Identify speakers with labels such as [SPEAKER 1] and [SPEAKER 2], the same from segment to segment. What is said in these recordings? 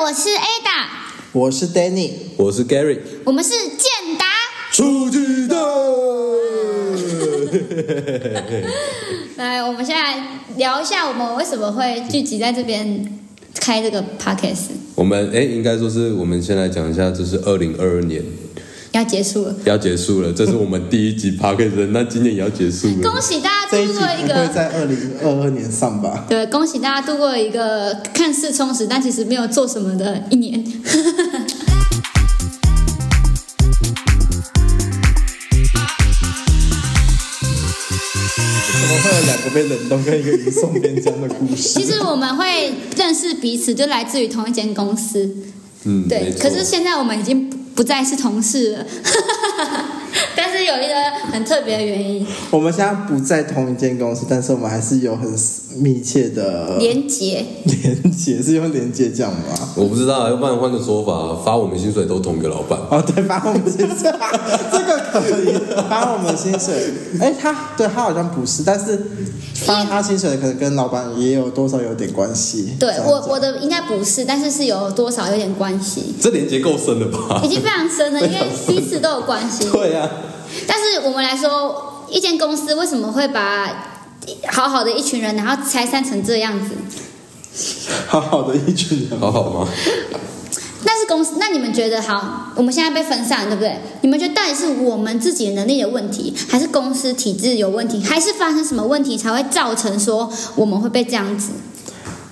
[SPEAKER 1] 我是 Ada，
[SPEAKER 2] 我是 Danny，
[SPEAKER 3] 我是 Gary，
[SPEAKER 1] 我们是健达。
[SPEAKER 3] 出去的。
[SPEAKER 1] 来，我们现在聊一下我们为什么会聚集在这边开这个 podcast，
[SPEAKER 3] 我们哎，应该说是我们先来讲一下，这是二零二二年
[SPEAKER 1] 要结束了，
[SPEAKER 3] 要结束了，这是我们第一集 p o d c a s 那今年也要结束了。
[SPEAKER 1] 恭喜大家
[SPEAKER 2] 这一
[SPEAKER 1] 度
[SPEAKER 2] 集
[SPEAKER 1] 过一
[SPEAKER 2] 不会
[SPEAKER 1] 个。
[SPEAKER 2] 在二零二二年上吧？
[SPEAKER 1] 对，恭喜大家度过一个看似充实，但其实没有做什么的一年。
[SPEAKER 2] 怎么会有两个被冷冻跟一个云送边疆的故事？
[SPEAKER 1] 其实我们会认识彼此，就来自于同一间公司。
[SPEAKER 3] 嗯，
[SPEAKER 1] 对
[SPEAKER 3] 没，错
[SPEAKER 1] 可是现在我们已经不不再是同事了， 但是有一个很特别的原因，
[SPEAKER 2] 我们现在不在同一间公司，但是我们还是有很密切的
[SPEAKER 1] 连结。
[SPEAKER 2] 连接，是用连接讲吗？
[SPEAKER 3] 我不知道，啊要不然换个说法，发我们薪水都同一个老板。
[SPEAKER 2] 哦，对，发我们薪水，这个可以发我们薪水。哎，他对他好像不是，但是发他薪水的可能跟老板也有多少有点关系。
[SPEAKER 1] 对
[SPEAKER 2] 这样
[SPEAKER 1] 我
[SPEAKER 2] 讲
[SPEAKER 1] 我的应该不是，但是是有多少有点关系，
[SPEAKER 3] 这连接够深了吧啊
[SPEAKER 1] 已？经 非常深了，因 为彼此都有关系。
[SPEAKER 2] 对呀、
[SPEAKER 1] 但是我们来说，一间公司为什么会把好好的一群人，然后拆散成这样子？
[SPEAKER 2] 好好的一群人，哦
[SPEAKER 3] 好好吗？
[SPEAKER 1] 那是公司，那你们觉得好？我们现在被分散，对不对？你们觉得到底是我们自己能力的问题，还是公司体制有问题，还是发生什么问题才会造成说我们会被这样子？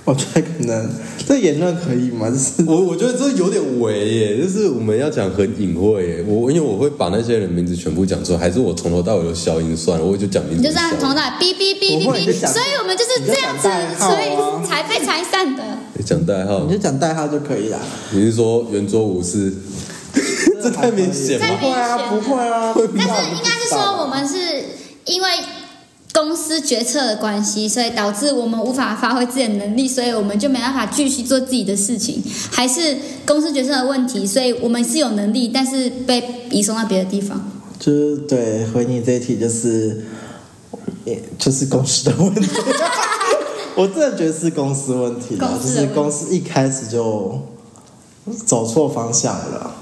[SPEAKER 2] 我觉得可能这言论可以吗？就是
[SPEAKER 3] 我我觉得这有点违耶，就是我们要讲很隐晦耶。我因为我会把那些人名字全部讲出来，还是我从头到尾都消音算了，我就讲名
[SPEAKER 1] 你
[SPEAKER 3] 字
[SPEAKER 1] 就
[SPEAKER 3] 消
[SPEAKER 1] 这
[SPEAKER 3] 音。
[SPEAKER 1] 样从那哔哔哔哔
[SPEAKER 2] 不会你就
[SPEAKER 1] 哔，
[SPEAKER 2] 想
[SPEAKER 1] 所以我们就是这样子，
[SPEAKER 2] 你就想代号
[SPEAKER 1] 所
[SPEAKER 2] 啊
[SPEAKER 1] 以才被拆散的。
[SPEAKER 3] 讲代号
[SPEAKER 2] 你，就讲代号就可以啦。
[SPEAKER 3] 你是说圆桌武士？ 这太明显
[SPEAKER 1] 太
[SPEAKER 3] 吗？
[SPEAKER 1] 明
[SPEAKER 2] 不会
[SPEAKER 1] 显了
[SPEAKER 2] 啊，不会啊，
[SPEAKER 1] 但是应该是说，我们是因为公司决策的关系，所以导致我们无法发挥自己的能力，所以我们就没办法继续做自己的事情，还是公司决策的问题，所以我们是有能力，但是被移送到别的地方。
[SPEAKER 2] 就是对回你这一题就是，也就是公司的 问题。我真的觉得是公司问题啦，
[SPEAKER 1] 公
[SPEAKER 2] 就
[SPEAKER 1] 司的
[SPEAKER 2] 是
[SPEAKER 1] 问题
[SPEAKER 2] 公司一开始就走错方向了。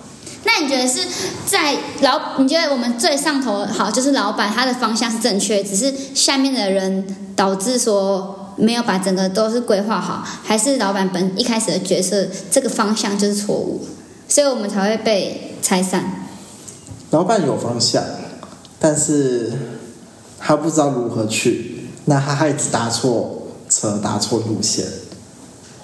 [SPEAKER 1] 那你觉得是在老？你觉得我们最上头好就是老板他的方向是正确，只是下面的人导致说没有把整个都是规划好，还是老板本一开始的决策这个方向就是错误，所以我们才会被拆散。
[SPEAKER 2] 老板有方向，但是他不知道如何去，那他还一直搭错车、搭错路线，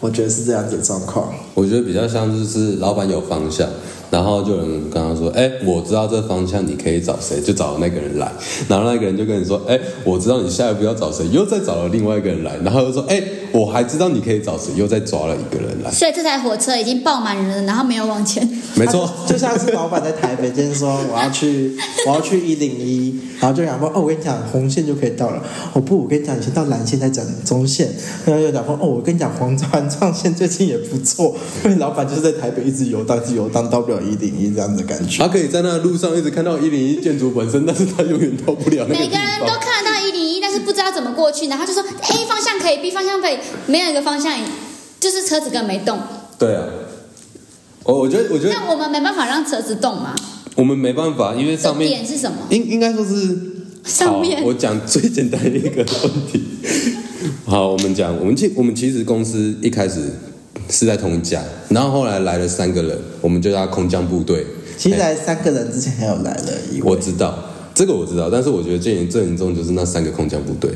[SPEAKER 2] 我觉得是这样子的状况。
[SPEAKER 3] 我觉得比较像就是老板有方向，然后就有人跟他说：“哎、我知道这方向，你可以找谁？”就找那个人来， 然后那个人就跟你说：“哎、我知道你下一步要找谁。”又再找了另外一个人来，然后又说：“哎、我还知道你可以找谁。”又再抓了一个人来，
[SPEAKER 1] 所以这台火车已经爆满人了，然后没有往前。
[SPEAKER 3] 没错。
[SPEAKER 2] 他就像是老板在台北今天说我要去， 我要去一零一，然后就讲说哦，我跟你讲红线就可以到了。哦不，我跟你讲，你先到蓝线再讲中线，然后又讲说哦，我跟你讲黄环状线 最近也不错，因为老板就是在台北一直游荡，一直游荡到不了一零一这样的感觉。
[SPEAKER 3] 他可以在那个路上一直看到一零一建筑本身，但是他永远到不了那个
[SPEAKER 1] 每
[SPEAKER 3] 地
[SPEAKER 1] 个人
[SPEAKER 3] 方。
[SPEAKER 1] 都看得到一零一，但是不知道怎么过去，然后就说 A 方向可以，B 方向可以，没有一个方向，就是车子根本没动。
[SPEAKER 3] 对啊，我我觉得我觉得
[SPEAKER 1] 那我们没办法让车子动嘛？
[SPEAKER 3] 我们没办法，因为上面
[SPEAKER 1] 点是什么？
[SPEAKER 3] 应应该说是
[SPEAKER 1] 上面
[SPEAKER 3] 好我讲最简单的一个问题。好，我们讲，我们其我们其实公司一开始是在同一家，然后后来来了三个人，我们就叫他空降部队。
[SPEAKER 2] 其实
[SPEAKER 3] 哎
[SPEAKER 2] 来三个人之前还有来了一位，
[SPEAKER 3] 我知道这个我知道，但是我觉得最严最严重就是那三个空降部队。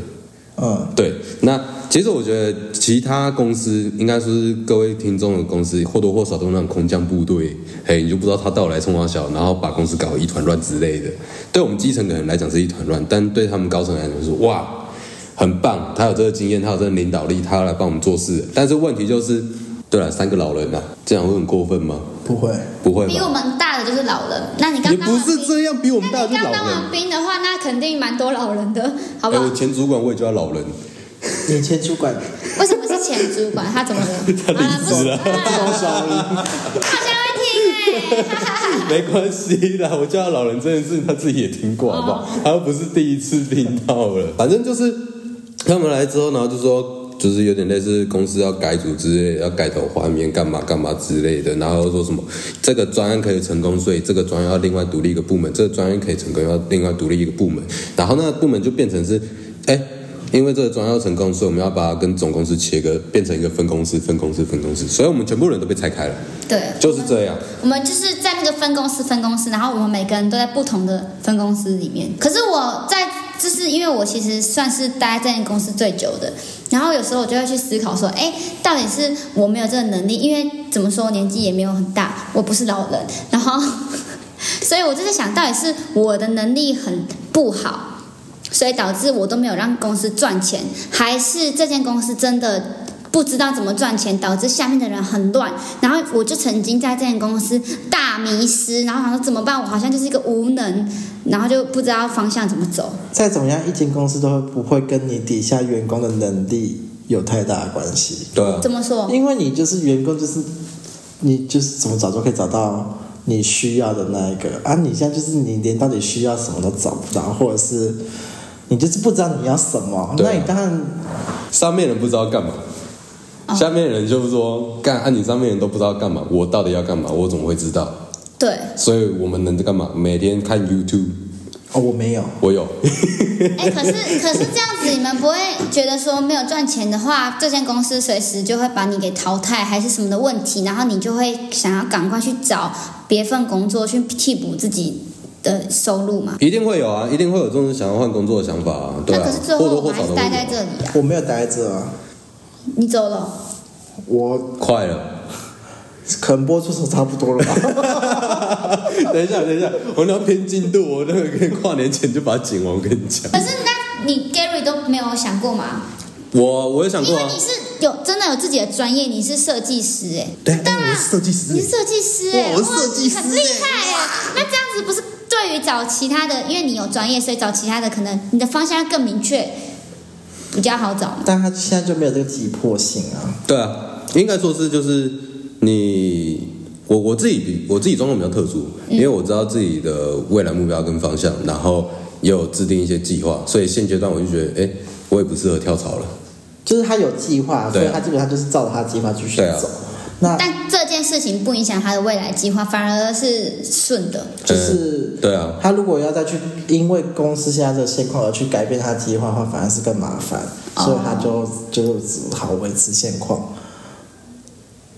[SPEAKER 2] 嗯。
[SPEAKER 3] 对，那其实我觉得其他公司应该说是各位听众的公司或多或少都有那种空降部队，嘿，你就不知道他到底来冲啊小，然后把公司搞得一团乱之类的。对我们基层的人来讲是一团乱，但对他们高层来讲就是哇，很棒，他有这个经验，他有这个领导力，他要来帮我们做事。但是问题就是，对了，三个老人啊，这样会很过分吗？
[SPEAKER 2] 不会，
[SPEAKER 3] 不会
[SPEAKER 1] 比我
[SPEAKER 3] 吧？
[SPEAKER 1] 们大的就是老人，那你刚
[SPEAKER 3] 也
[SPEAKER 1] 当
[SPEAKER 3] 不
[SPEAKER 1] 完
[SPEAKER 3] 是
[SPEAKER 1] 兵，
[SPEAKER 3] 这样，比我们大
[SPEAKER 1] 那
[SPEAKER 3] 就
[SPEAKER 1] 你
[SPEAKER 3] 老
[SPEAKER 1] 刚
[SPEAKER 3] 人
[SPEAKER 1] 当。完兵的话，那肯定蛮多老人的，好不
[SPEAKER 3] 哎，
[SPEAKER 1] 好
[SPEAKER 3] 我？前主管我也叫他老人，
[SPEAKER 2] 你前主管
[SPEAKER 1] 为什么是前主管？他怎 么了？他
[SPEAKER 3] 离职了
[SPEAKER 2] 高小英，
[SPEAKER 1] 他好像会听哎、哈哈哈
[SPEAKER 3] 没关系啦，我叫他老人这件事他自己也听过，好不好？他又不是第一次听到了。反正就是他们来之后，然后就说就是有点类似公司要改组之类，要改头换面干嘛干嘛之类的，然后又说什么这个专案可以成功，所以这个专案要另外独立一个部门，这个专案可以成功要另外独立一个部门，然后那个部门就变成是，哎。因为这个专案要成功，所以我们要把它跟总公司切割，变成一个分公司、分公司、分公司，所以我们全部人都被拆开了，
[SPEAKER 1] 对，
[SPEAKER 3] 就是这样。
[SPEAKER 1] 我们就是在那个分公司分公司，然后我们每个人都在不同的分公司里面。可是我在，就是因为我其实算是待在那个公司最久的，然后有时候我就会去思考说，哎，到底是我没有这个能力，因为怎么说年纪也没有很大，我不是老人，然后， 所以我就在想到底是我的能力很不好。所以导致我都没有让公司赚钱，还是这间公司真的不知道怎么赚钱，导致下面的人很乱。然后我就曾经在这间公司大迷失，然后想说怎么办？我好像就是一个无能，然后就不知道方向怎么走。
[SPEAKER 2] 再怎么样，一间公司都不会跟你底下员工的能力有太大的关系，
[SPEAKER 3] 对啊，
[SPEAKER 1] 怎么说？
[SPEAKER 2] 因为你就是员工，就是你就是怎么找都可以找到你需要的那一个啊。你现在就是你连到底需要什么都找不到，或者是你就是不知道你要什么，
[SPEAKER 3] 对啊
[SPEAKER 2] 那你当然
[SPEAKER 3] 上面人不知道干嘛，
[SPEAKER 1] 哦
[SPEAKER 3] 下面人就是说干，啊你上面人都不知道干嘛，我到底要干嘛？我怎么会知道？
[SPEAKER 1] 对，
[SPEAKER 3] 所以我们能干嘛？每天看 YouTube，
[SPEAKER 2] 哦，我没有，
[SPEAKER 3] 我 有，
[SPEAKER 1] 哎，可是可是这样子，你们不会觉得说没有赚钱的话，这间公司随时就会把你给淘汰，还是什么的问题？然后你就会想要赶快去找别份工作去替补自己的收入吗？
[SPEAKER 3] 一定会有啊，一定会有这种想要换工作的想法啊，对
[SPEAKER 1] 那
[SPEAKER 3] 啊
[SPEAKER 1] 可是，最
[SPEAKER 3] 或
[SPEAKER 1] 后
[SPEAKER 3] 多
[SPEAKER 1] 我
[SPEAKER 3] 或
[SPEAKER 1] 还
[SPEAKER 3] 少
[SPEAKER 1] 是
[SPEAKER 3] 都
[SPEAKER 1] 待在
[SPEAKER 3] 会有。
[SPEAKER 1] 这里啊，
[SPEAKER 2] 我没有待着啊，
[SPEAKER 1] 你走了，
[SPEAKER 2] 我
[SPEAKER 3] 快了，
[SPEAKER 2] 可能播出时候差不多了吧。
[SPEAKER 3] 等一下，等一下，我那拼进度，我那个可以跨年前就把它剪完。我跟你讲，
[SPEAKER 1] 可是那你 Gary 都没有想过吗？
[SPEAKER 3] 我我有想
[SPEAKER 1] 因
[SPEAKER 3] 过
[SPEAKER 1] 为
[SPEAKER 3] 啊，
[SPEAKER 1] 你是有真的有自己的专业，你是设计师哎、
[SPEAKER 2] 对啊，但我是设计
[SPEAKER 1] 你
[SPEAKER 2] 师
[SPEAKER 1] 是，设计师哎、
[SPEAKER 2] 哇我是设计师
[SPEAKER 3] 欸
[SPEAKER 1] 哇你很厉害哎、那这样子不是对于找其他的，因为你有专业，所以找其他的可能你的方向更明确，比较好找嘛。
[SPEAKER 2] 但他现在就没有这个急迫性啊。
[SPEAKER 3] 对啊，应该说是就是你我我自己比我自己状况比较特殊，
[SPEAKER 1] 嗯
[SPEAKER 3] 因为我知道自己的未来目标跟方向，然后也有制定一些计划，所以现阶段我就觉得，哎、我也不适合跳槽了。
[SPEAKER 2] 就是他有计划，所
[SPEAKER 3] 对啊
[SPEAKER 2] 以他基本上就是照着他的计划继续
[SPEAKER 3] 对啊
[SPEAKER 2] 走。那
[SPEAKER 1] 但这件事情不影响他的未来计划，反而是顺的。
[SPEAKER 2] 就是
[SPEAKER 3] 嗯对啊，
[SPEAKER 2] 他如果要再去因为公司现在这个现况而去改变他计划的话，反而是更麻烦，
[SPEAKER 1] 哦
[SPEAKER 2] 所以他就就只好维持现况。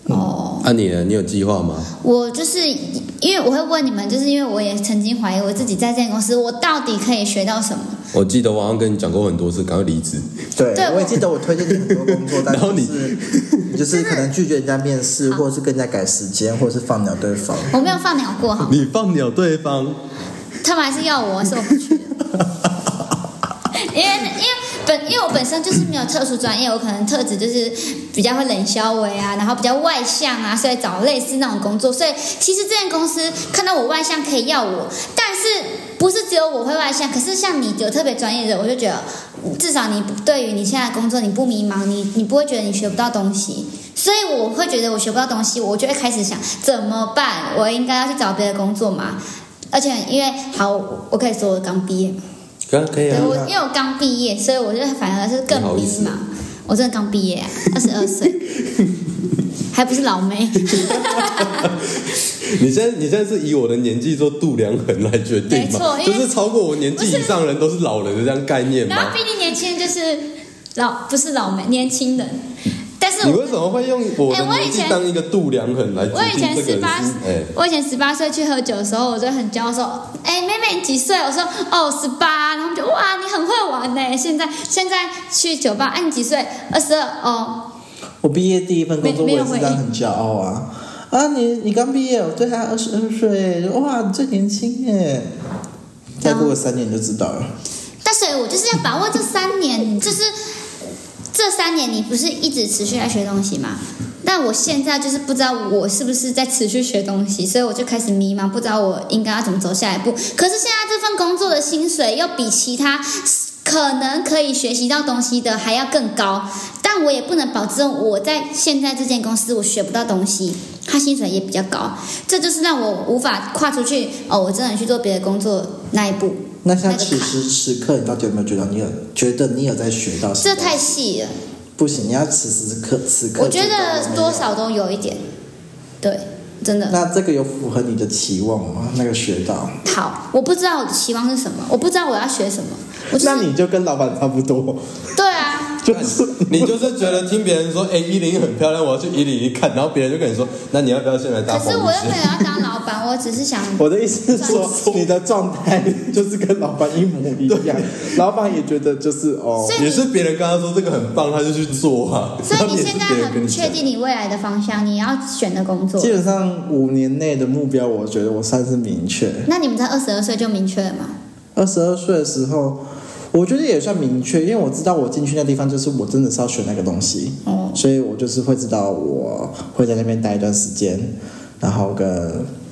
[SPEAKER 1] 哦，
[SPEAKER 3] 啊你呢？你有计划吗？
[SPEAKER 1] 我就是因为我会问你们，就是因为我也曾经怀疑我自己在这间公司，我到底可以学到什么？
[SPEAKER 3] 我记得我好像跟你讲过很多次，赶快离职。
[SPEAKER 2] 对，
[SPEAKER 1] 对
[SPEAKER 2] 我也记得我推荐你很多工作，但
[SPEAKER 3] 然后你
[SPEAKER 2] 就是你就是可能拒绝人家面 试，或者是跟人家改时间，或者是放鸟对方。
[SPEAKER 1] 我没有放鸟过哈，
[SPEAKER 3] 你放鸟对方，
[SPEAKER 1] 他们还是要我，是我不去的。 因为因为本因为我本身就是没有特殊专业，我可能特质就是比较会冷消维啊，然后比较外向啊，所以找类似那种工作。所以其实这间公司看到我外向可以要我，但是不是只有我会外向？可是像你有特别专业的，我就觉得至少你不对于你现在的工作你不迷茫，你你不会觉得你学不到东西。所以我会觉得我学不到东西，我就会开始想怎么办？我应该要去找别的工作嘛？而且因为好，我我可以说我刚毕业嘛
[SPEAKER 3] 可以可
[SPEAKER 1] 对，
[SPEAKER 3] 以啊。
[SPEAKER 1] 我因为我刚毕业，所以我就反而是更
[SPEAKER 3] 你好
[SPEAKER 1] 迷
[SPEAKER 3] 意思
[SPEAKER 1] 茫。我真的刚毕业、啊，二十二 岁，还不是老妹。
[SPEAKER 3] 你现在你现在是以我的年纪做度量衡来决定
[SPEAKER 1] 没错
[SPEAKER 3] 嘛？
[SPEAKER 1] 因
[SPEAKER 3] 就
[SPEAKER 1] 为
[SPEAKER 3] 是超过我年纪
[SPEAKER 1] 不是
[SPEAKER 3] 以上的人都是老人的这样概念
[SPEAKER 1] 然后
[SPEAKER 3] 吗？
[SPEAKER 1] 毕竟年轻人就是老，不是老妹，年轻人。但是
[SPEAKER 3] 你
[SPEAKER 1] 我
[SPEAKER 3] 为什么会用我的
[SPEAKER 1] 哎我以
[SPEAKER 3] 年纪
[SPEAKER 1] 前
[SPEAKER 3] 当一个度量衡来决
[SPEAKER 1] 我以
[SPEAKER 3] 定
[SPEAKER 1] 前
[SPEAKER 3] 这个
[SPEAKER 1] 十
[SPEAKER 3] 人
[SPEAKER 1] 八
[SPEAKER 3] 是？哎，，
[SPEAKER 1] 我以前十八岁去喝酒的时候，我就很骄傲说：“哎、妹妹你几岁？”我说：“哦，十八。”然后他们就哇，你很会玩呢。现在现在去酒吧，哎、你几岁？二十二哦，
[SPEAKER 2] 我毕业第一份工作，我
[SPEAKER 1] 没没
[SPEAKER 2] 也
[SPEAKER 1] 有
[SPEAKER 2] 是这样
[SPEAKER 1] 回应
[SPEAKER 2] 很骄傲啊。啊，你你刚毕业，我对他二十二岁，哇，你最年轻耶！再过个三年就知道了。
[SPEAKER 1] 但是我就是要把握这三年，就是这三年，你不是一直持续在学东西吗？但我现在就是不知道我是不是在持续学东西，所以我就开始迷茫，不知道我应该要怎么走下一步。可是现在这份工作的薪水又比其他可能可以学习到东西的还要更高，但我也不能保证我在现在这间公司我学不到东西，他薪水也比较高，这就是让我无法跨出去哦，我真的去做别的工作那一步。
[SPEAKER 2] 那像此时此刻，你到底有没有觉得你有觉得你有在学到什
[SPEAKER 1] 这
[SPEAKER 2] 么？
[SPEAKER 1] 太细了，
[SPEAKER 2] 不行，你要此时此刻此刻。
[SPEAKER 1] 我觉得多。少都有一点，对，真的。
[SPEAKER 2] 那这个有符合你的期望吗？那个学到，
[SPEAKER 1] 好，我不知道我的期望是什么，我不知道我要学什么，我就
[SPEAKER 2] 那
[SPEAKER 1] 是
[SPEAKER 2] 你就跟老板差 不多，
[SPEAKER 1] 对啊，
[SPEAKER 2] 就是
[SPEAKER 3] 你就是觉得听别人说，哎、一零一很漂亮，我要去一零一看，然后别人就跟你说，那你要不要先来
[SPEAKER 1] 可
[SPEAKER 3] 搭
[SPEAKER 1] 是我又没有要当老板，我只是 想，
[SPEAKER 2] 我的意思是说，你的状态就是跟老板一模一样，老板也觉得就是哦
[SPEAKER 1] 所，以
[SPEAKER 3] 也
[SPEAKER 1] 你，
[SPEAKER 3] 是别人跟他说这个很棒，他就去做啊。
[SPEAKER 1] 所以
[SPEAKER 3] 然后
[SPEAKER 1] 你
[SPEAKER 3] 也
[SPEAKER 1] 现
[SPEAKER 3] 是
[SPEAKER 1] 在
[SPEAKER 3] 别人跟
[SPEAKER 1] 很
[SPEAKER 3] 你
[SPEAKER 1] 确
[SPEAKER 3] 讲
[SPEAKER 1] 定你未来的方向，你要选的工作。
[SPEAKER 2] 基本上五年内的目标，我觉得我算是明确。
[SPEAKER 1] 那你们在二十二岁就明确了吗？
[SPEAKER 2] 二十二岁的时候，我觉得也算明确，因为我知道我进去那地方就是我真的是要学那个东西，
[SPEAKER 1] 哦
[SPEAKER 2] 所以我就是会知道我会在那边待一段时间，然后跟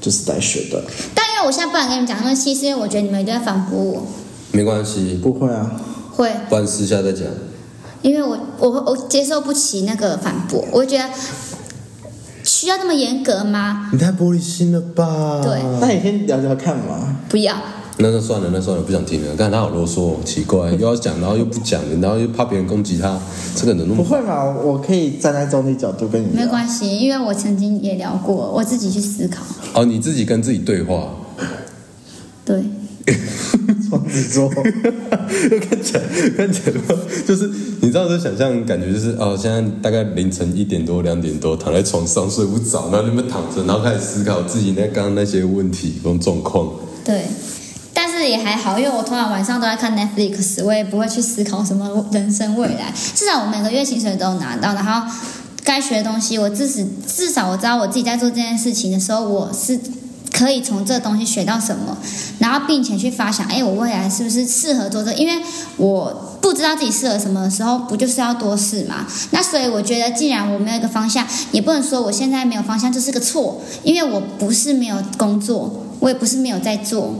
[SPEAKER 2] 就是在学的，
[SPEAKER 1] 但因为我现在不敢跟你们讲那么细，是因为我觉得你们一定会反驳我。
[SPEAKER 3] 没关系，
[SPEAKER 2] 不会啊，
[SPEAKER 1] 会，
[SPEAKER 3] 不然私下再讲。
[SPEAKER 1] 因为我我我接受不起那个反驳，我会觉得需要那么严格吗？
[SPEAKER 3] 你太玻璃心了吧
[SPEAKER 1] 对
[SPEAKER 2] 那你先聊聊看嘛，
[SPEAKER 1] 不要，
[SPEAKER 3] 那就算了，那算了，不想听了。但他好啰嗦、哦，奇怪，又要讲，然后又不讲，然后又怕别人攻击他，这个人那
[SPEAKER 2] 不
[SPEAKER 3] 么
[SPEAKER 2] 会嘛，我可以站在中立角度跟你
[SPEAKER 1] 没
[SPEAKER 2] 聊，
[SPEAKER 1] 关系，因为我曾经也聊过，我自己去思考。
[SPEAKER 3] 哦，你自己跟自己对话，
[SPEAKER 1] 对，
[SPEAKER 2] 双子座，
[SPEAKER 3] 看起来看起来就是你知道这想象感觉就是哦，现在大概凌晨一点多两点多，躺在床上睡不着，然后那边躺着，然后开始思考自己那刚刚那些问题跟状况。
[SPEAKER 1] 对，但是也还好，因为我通常晚上都在看 Netflix，我也不会去思考什么人生未来。至少我每个月薪水都有拿到，然后该学的东西，我至少至少我知道我自己在做这件事情的时候，我是可以从这东西学到什么，然后并且去发想，哎，我未来是不是适合做这？因为我不知道自己适合什么的时候，不就是要多试嘛？那所以我觉得，既然我没有一个方向，也不能说我现在没有方向就是个错，因为我不是没有工作，我也不是没有在做。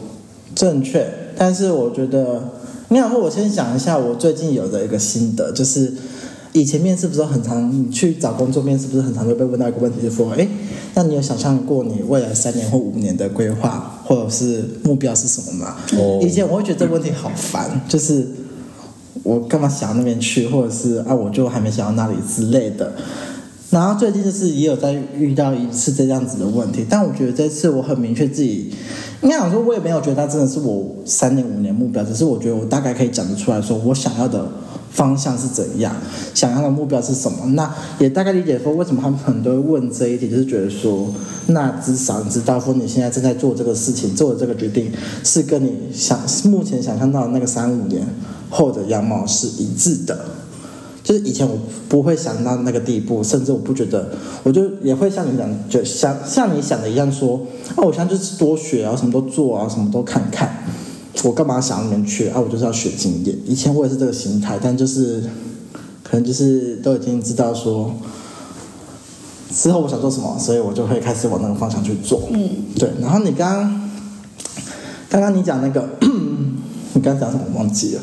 [SPEAKER 2] 正确，但是我觉得，你好，我先想一下我最近有的一个心得，就是以前面试不是很常，你去找工作面试不是很常会被问到一个问题，就说，哎，那你有想象过你未来三年或五年的规划或者是目标是什么吗？
[SPEAKER 3] 哦
[SPEAKER 2] 以前我会觉得这个问题好烦，就是我干嘛想那边去，或者是啊，我就还没想到那里之类的。然后最近就是也有在遇到一次这样子的问题，但我觉得这次我很明确自己，应该讲说，我也没有觉得它真的是我三年五年目标，只是我觉得我大概可以讲得出来说我想要的方向是怎样，想要的目标是什么。那也大概理解说为什么他们很多人问这一题，就是觉得说，那至少你知道说你现在正在做这个事情，做的这个决定是跟你想目前想象到的那个三五年后的样貌是一致的。就是以前我不会想到那个地步，甚至我不觉得，我就也会像你讲，就像像你想的一样说，啊，我现在就是多学啊，什么都做啊，什么都看看，我干嘛想到那边去啊？我就是要学经验。以前我也是这个心态，但就是可能就是都已经知道说之后我想做什么，所以我就会开始往那个方向去做。嗯，对。然后你刚刚刚刚你讲那个，嗯你刚刚讲什么我忘记了。